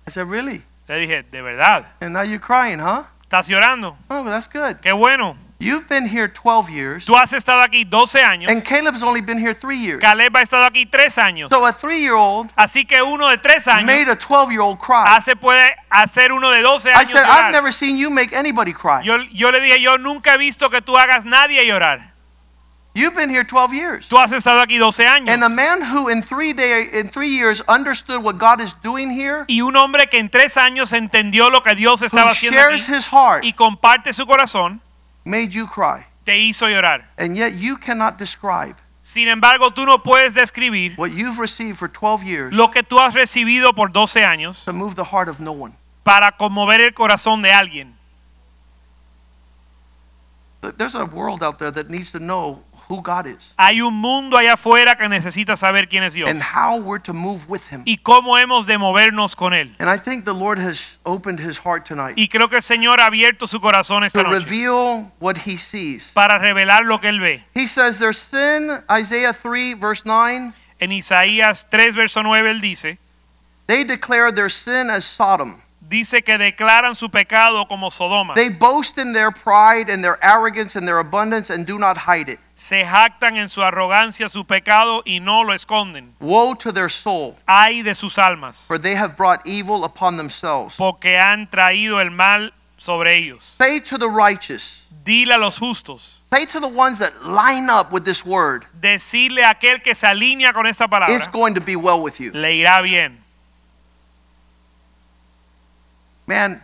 Speaker 1: I said, Really?
Speaker 2: Le dije, de verdad,
Speaker 1: And now you're crying, huh?
Speaker 2: estás llorando.
Speaker 1: Oh, that's good.
Speaker 2: Qué bueno.
Speaker 1: You've been here 12 years,
Speaker 2: Tú has estado aquí 12 años.
Speaker 1: and Caleb's only been here three years.
Speaker 2: Caleb ha estado aquí 3 años.
Speaker 1: So a three year old
Speaker 2: Así que uno de 3 años
Speaker 1: made a 12 year old cry.
Speaker 2: hace puede hacer uno de 12
Speaker 1: I
Speaker 2: años
Speaker 1: said, I've
Speaker 2: llorar.
Speaker 1: never seen you make anybody cry.
Speaker 2: Yo, yo le dije, yo nunca he visto que tú hagas nadie llorar.
Speaker 1: You've been here 12 years.
Speaker 2: Tú has estado aquí 12
Speaker 1: And a
Speaker 2: años.
Speaker 1: man who in three day in three years understood what God is doing here,
Speaker 2: Y un hombre que en 3 años entendió lo que Dios estaba
Speaker 1: who
Speaker 2: haciendo
Speaker 1: shares
Speaker 2: aquí
Speaker 1: his heart,
Speaker 2: y comparte su corazón,
Speaker 1: made you cry.
Speaker 2: te hizo llorar.
Speaker 1: And yet you cannot describe
Speaker 2: Sin embargo, tú no puedes describir
Speaker 1: what you've received for 12 years
Speaker 2: lo que tú has recibido por 12 años
Speaker 1: to move the heart of no one.
Speaker 2: para conmover el corazón de alguien.
Speaker 1: Th- There's a world out there that needs to know who God is
Speaker 2: Hay un mundo allá afuera que necesita saber quién es Dios
Speaker 1: and how we're to move with him.
Speaker 2: y cómo hemos de movernos con Él.
Speaker 1: And I think the Lord has opened his heart tonight
Speaker 2: Y creo que el Señor ha abierto su corazón esta
Speaker 1: to
Speaker 2: noche
Speaker 1: reveal what he sees.
Speaker 2: para revelar lo que Él ve.
Speaker 1: He says there's sin, Isaiah 3 verse 9,
Speaker 2: En Isaías 3, verso 9, Él dice,
Speaker 1: they declare their sin as Sodom.
Speaker 2: dice que declaran su pecado como Sodoma.
Speaker 1: They boast in their pride and their arrogance and their abundance and do not hide it.
Speaker 2: Se jactan en su arrogancia su pecado y no lo esconden.
Speaker 1: Woe to their soul,
Speaker 2: Ay de sus almas,
Speaker 1: for they have brought evil upon themselves.
Speaker 2: porque han traído el mal sobre ellos.
Speaker 1: Say to the righteous,
Speaker 2: Dile a los justos,
Speaker 1: say to the ones that line up with this word,
Speaker 2: decirle a aquel que se alinea con esta
Speaker 1: it's
Speaker 2: palabra,
Speaker 1: going to be well with you.
Speaker 2: le irá bien.
Speaker 1: Man,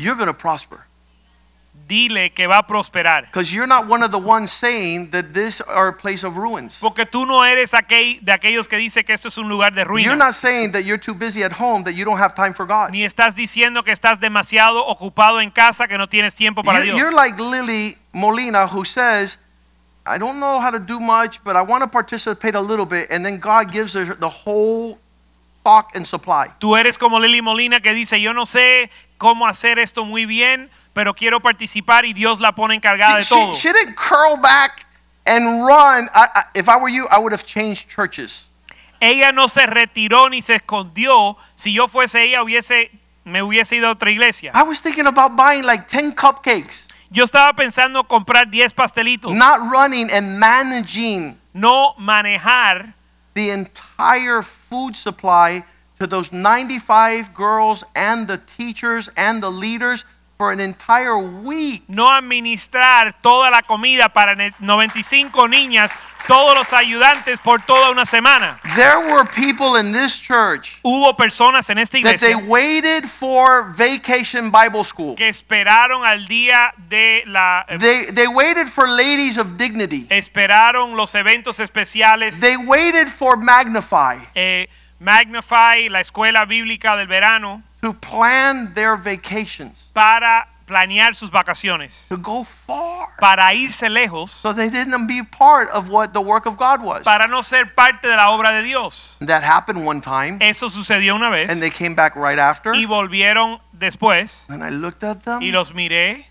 Speaker 1: you're going to prosper.
Speaker 2: dile que va a prosperar.
Speaker 1: Because you're not one of the ones saying that this are a place of ruins.
Speaker 2: Porque tú no eres aquel, de aquellos que dice que esto es un lugar de
Speaker 1: You're
Speaker 2: ruina.
Speaker 1: not saying that you're too busy at home that you don't have time for God.
Speaker 2: Ni estás diciendo que estás demasiado ocupado en casa, que no tienes tiempo para
Speaker 1: You're,
Speaker 2: Dios.
Speaker 1: you're like Lily Molina who says, I don't know how to do much, but I want to participate a little bit. And then God gives her the whole stock and supply.
Speaker 2: Tú eres como Lili Molina que dice, yo no sé cómo hacer esto muy bien, pero quiero participar y Dios la pone encargada de
Speaker 1: She, she-
Speaker 2: todo.
Speaker 1: she didn't curl back and run. I, I, if I were you, I would have changed churches.
Speaker 2: Ella no se retiró ni se escondió. Si yo fuese ella, hubiese, me hubiese ido a otra iglesia.
Speaker 1: I was thinking about buying like 10 cupcakes,
Speaker 2: Yo estaba pensando comprar 10 pastelitos,
Speaker 1: not running and managing
Speaker 2: no manejar
Speaker 1: the entire food supply to those 95 girls and the teachers and the leaders for an entire week.
Speaker 2: no administrar toda la comida para ne- 95 niñas, todos los ayudantes por toda una semana.
Speaker 1: There were people in this church
Speaker 2: Hubo personas en esta
Speaker 1: that they
Speaker 2: iglesia
Speaker 1: waited for vacation Bible school.
Speaker 2: que esperaron al día de la eh,
Speaker 1: They, they waited for ladies of dignity.
Speaker 2: esperaron los eventos especiales
Speaker 1: They waited for Magnify
Speaker 2: eh, Magnify, la escuela bíblica del verano
Speaker 1: to plan their vacations,
Speaker 2: para planear sus vacaciones,
Speaker 1: to go far.
Speaker 2: para irse lejos,
Speaker 1: So they didn't be part of what the work of God was.
Speaker 2: para no ser parte de la obra de Dios.
Speaker 1: That happened one time,
Speaker 2: Eso sucedió una vez
Speaker 1: and they came back right after.
Speaker 2: y volvieron después
Speaker 1: And I looked at them
Speaker 2: y los miré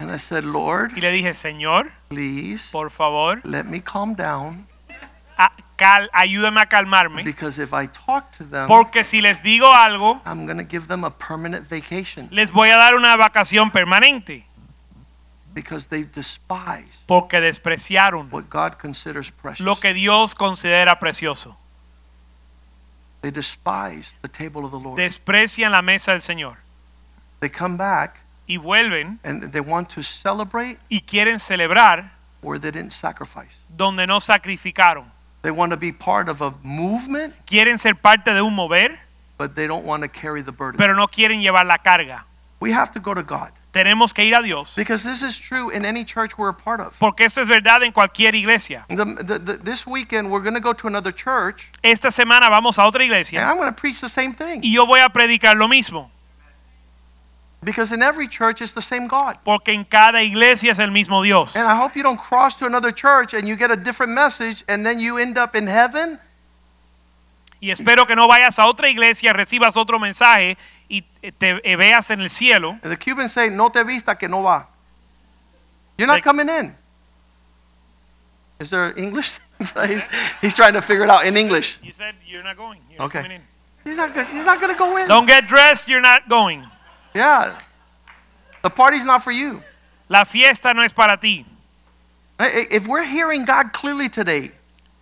Speaker 1: and I said, Lord,
Speaker 2: y le dije, Señor,
Speaker 1: please
Speaker 2: por favor,
Speaker 1: let me calm down
Speaker 2: a- cal- ayúdame a calmarme,
Speaker 1: because if I talk to them,
Speaker 2: porque si les digo algo,
Speaker 1: I'm going to give them a permanent vacation
Speaker 2: les voy a dar una vacación permanente,
Speaker 1: because they despise
Speaker 2: porque despreciaron
Speaker 1: what God considers precious.
Speaker 2: lo que Dios considera precioso.
Speaker 1: They despise the table of the Lord.
Speaker 2: desprecian la mesa del Señor
Speaker 1: They come back
Speaker 2: y vuelven
Speaker 1: and they want to celebrate
Speaker 2: y quieren celebrar
Speaker 1: where they didn't sacrifice.
Speaker 2: donde no sacrificaron.
Speaker 1: They want to be part of a movement,
Speaker 2: Quieren ser parte de un mover,
Speaker 1: but they don't want to carry the burden.
Speaker 2: pero no quieren llevar la carga.
Speaker 1: We have to go to God
Speaker 2: Tenemos que ir a Dios,
Speaker 1: because this is true in any church we're a part of.
Speaker 2: porque esto es verdad en cualquier iglesia.
Speaker 1: The, the, the, this weekend, we're going to go to another church
Speaker 2: Esta semana vamos a otra
Speaker 1: and
Speaker 2: iglesia
Speaker 1: I'm going to preach the same thing
Speaker 2: y yo voy a predicar lo mismo,
Speaker 1: because in every church, it's the same God.
Speaker 2: porque en cada iglesia es el mismo Dios.
Speaker 1: And I hope you don't cross to another church and you get a different message and then you end up in heaven
Speaker 2: Y espero que no vayas a otra iglesia, recibas otro mensaje y te eh, veas en el cielo.
Speaker 1: and the Cubans say, No te vista que no va. You're not
Speaker 2: Like-
Speaker 1: coming in. Is there English? he's, he's trying to figure it out in English.
Speaker 2: You said you're not going. You're
Speaker 1: Okay.
Speaker 2: coming in.
Speaker 1: He's not, go- he's not going to go in.
Speaker 2: Don't get dressed, you're not going.
Speaker 1: Yeah. The party's not for you.
Speaker 2: La fiesta no es para ti.
Speaker 1: I- I- If we're hearing God clearly today,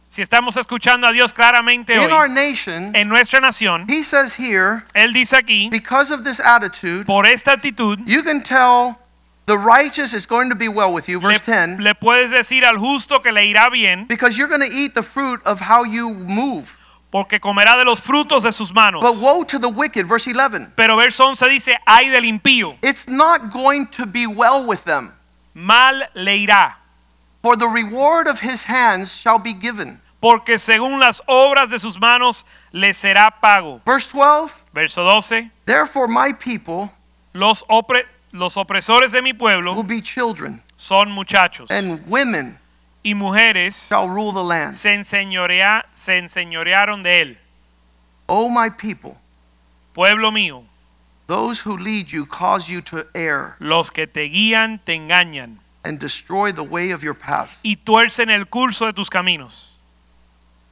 Speaker 2: Si estamos escuchando a Dios claramente
Speaker 1: in our
Speaker 2: hoy
Speaker 1: nation,
Speaker 2: en nuestra nación,
Speaker 1: he says here,
Speaker 2: él dice aquí,
Speaker 1: because of this attitude,
Speaker 2: por esta actitud
Speaker 1: you can tell the righteous is going to be well with you. Verse
Speaker 2: le,
Speaker 1: 10.
Speaker 2: le puedes decir al justo que le irá bien,
Speaker 1: Because you're going to eat the fruit of how you move.
Speaker 2: porque comerá de los frutos de sus manos.
Speaker 1: But woe to the wicked. Verse 11.
Speaker 2: Pero verso 11 dice, ay del impío,
Speaker 1: It's not going to be well with them,
Speaker 2: mal le irá,
Speaker 1: for the reward of his hands shall be given.
Speaker 2: porque según las obras de sus manos le será pago.
Speaker 1: Verse 12.
Speaker 2: Verso 12,
Speaker 1: Therefore, my people
Speaker 2: los, opre- los opresores de mi
Speaker 1: will
Speaker 2: pueblo
Speaker 1: be children,
Speaker 2: son muchachos
Speaker 1: and women
Speaker 2: y mujeres
Speaker 1: shall rule the land.
Speaker 2: se, enseñorea- se enseñorearon de él.
Speaker 1: O Oh, my people,
Speaker 2: Pueblo mío,
Speaker 1: those who lead you cause you to err
Speaker 2: Los que te guían te engañan
Speaker 1: and destroy the way of your paths.
Speaker 2: y tuercen el curso de tus caminos.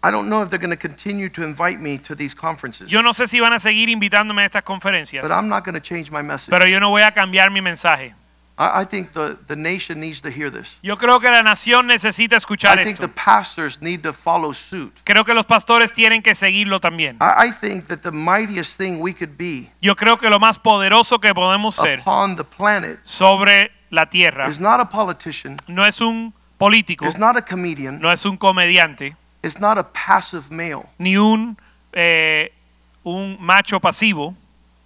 Speaker 1: I don't know if they're going to continue to invite me to these conferences,
Speaker 2: Yo no sé si van a seguir invitándome a estas conferencias,
Speaker 1: but I'm not going to change my message.
Speaker 2: pero yo no voy a cambiar mi mensaje.
Speaker 1: I, I think the, the nation needs to hear this.
Speaker 2: Yo creo que la nación necesita escuchar
Speaker 1: I think the
Speaker 2: esto.
Speaker 1: pastors need to follow suit.
Speaker 2: Creo que los pastores tienen que seguirlo también.
Speaker 1: I, I think that the mightiest thing we could be
Speaker 2: Yo creo que lo más poderoso que podemos ser
Speaker 1: upon the planet
Speaker 2: sobre la tierra
Speaker 1: is not a politician,
Speaker 2: no es un político,
Speaker 1: is not a comedian,
Speaker 2: no es un comediante,
Speaker 1: is not a passive male.
Speaker 2: ni un, eh, un macho pasivo,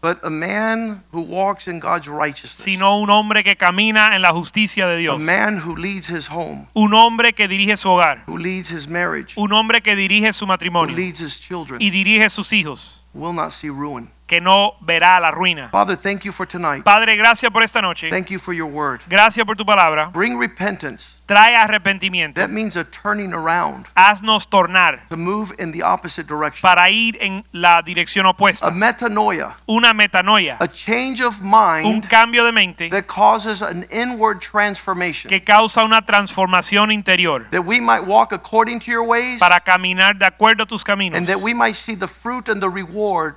Speaker 1: but a man who walks in God's righteousness,
Speaker 2: sino un hombre que camina en la justicia de
Speaker 1: a
Speaker 2: Dios,
Speaker 1: man who leads his home,
Speaker 2: un hombre que dirige su hogar,
Speaker 1: who leads his marriage,
Speaker 2: un hombre que dirige su
Speaker 1: who
Speaker 2: matrimonio
Speaker 1: leads his children,
Speaker 2: y dirige sus hijos,
Speaker 1: will not see ruin.
Speaker 2: que no verá la ruina.
Speaker 1: Father, thank you for tonight.
Speaker 2: Padre, gracias por esta noche.
Speaker 1: Thank you for your word.
Speaker 2: Gracias por tu palabra.
Speaker 1: Bring repentance.
Speaker 2: Trae arrepentimiento.
Speaker 1: That means a turning around,
Speaker 2: Haznos tornar
Speaker 1: to move in the opposite direction.
Speaker 2: para ir en la dirección
Speaker 1: A
Speaker 2: opuesta.
Speaker 1: metanoia,
Speaker 2: Una metanoia,
Speaker 1: a change of
Speaker 2: un
Speaker 1: mind
Speaker 2: cambio de mente
Speaker 1: that causes an inward transformation,
Speaker 2: que causa una transformación interior
Speaker 1: that we might walk according to your ways,
Speaker 2: para caminar de acuerdo a tus caminos
Speaker 1: and that we might see the fruit and the reward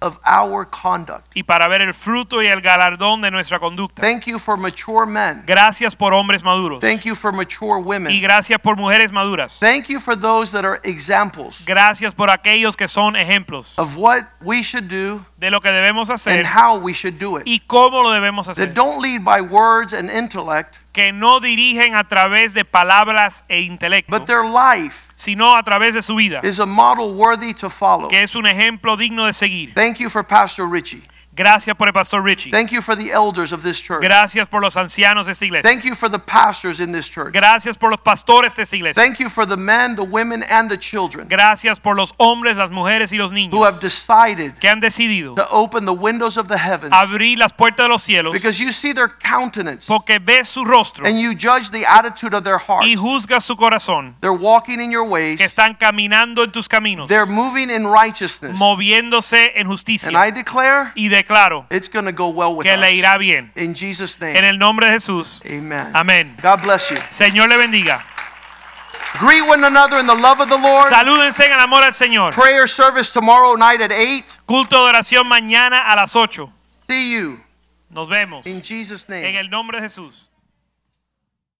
Speaker 1: of our conduct.
Speaker 2: y para ver el fruto y el galardón de nuestra conducta.
Speaker 1: Thank you for mature men.
Speaker 2: Gracias por hombres maduros
Speaker 1: Thank you for mature
Speaker 2: y
Speaker 1: women.
Speaker 2: gracias por mujeres maduras.
Speaker 1: Thank you for those that are examples
Speaker 2: Gracias por aquellos que son ejemplos
Speaker 1: of what we should do
Speaker 2: de lo que debemos hacer
Speaker 1: and how we should do it.
Speaker 2: y cómo lo debemos hacer.
Speaker 1: That don't lead by words and intellect,
Speaker 2: Que no dirigen a través de palabras e intelecto,
Speaker 1: but their life
Speaker 2: sino a través de su vida,
Speaker 1: is a model worthy to follow.
Speaker 2: que es un ejemplo digno de seguir.
Speaker 1: Thank you for Pastor Richie.
Speaker 2: Gracias por el pastor Richie.
Speaker 1: Thank you for the elders of this church.
Speaker 2: Gracias por los ancianos de esta iglesia.
Speaker 1: Thank you for the pastors in this church.
Speaker 2: Gracias por los pastores de esta iglesia.
Speaker 1: Thank you for the men, the women, and the children
Speaker 2: Gracias por los hombres, las mujeres y los niños
Speaker 1: who have decided
Speaker 2: que han decidido
Speaker 1: to open the windows of the heavens
Speaker 2: abrir las puertas de los cielos
Speaker 1: because you see their countenance
Speaker 2: porque ves su rostro
Speaker 1: and you judge the attitude of their heart.
Speaker 2: y juzgas su corazón
Speaker 1: They're walking in your ways,
Speaker 2: que están caminando en tus caminos,
Speaker 1: they're moving in righteousness.
Speaker 2: moviéndose en
Speaker 1: And I
Speaker 2: justicia.
Speaker 1: declare
Speaker 2: Y declaro
Speaker 1: it's going to go well with
Speaker 2: que le
Speaker 1: us.
Speaker 2: irá bien.
Speaker 1: In Jesus'
Speaker 2: En
Speaker 1: name,
Speaker 2: el nombre de Jesús.
Speaker 1: amen.
Speaker 2: Amén.
Speaker 1: God bless you.
Speaker 2: Señor le bendiga.
Speaker 1: Greet one another in the love of the Lord.
Speaker 2: Salúdense en el amor al Señor.
Speaker 1: Prayer service tomorrow night at 8.
Speaker 2: Culto de oración mañana a las 8.
Speaker 1: See you
Speaker 2: Nos vemos.
Speaker 1: in Jesus' name.
Speaker 2: En el nombre de Jesús.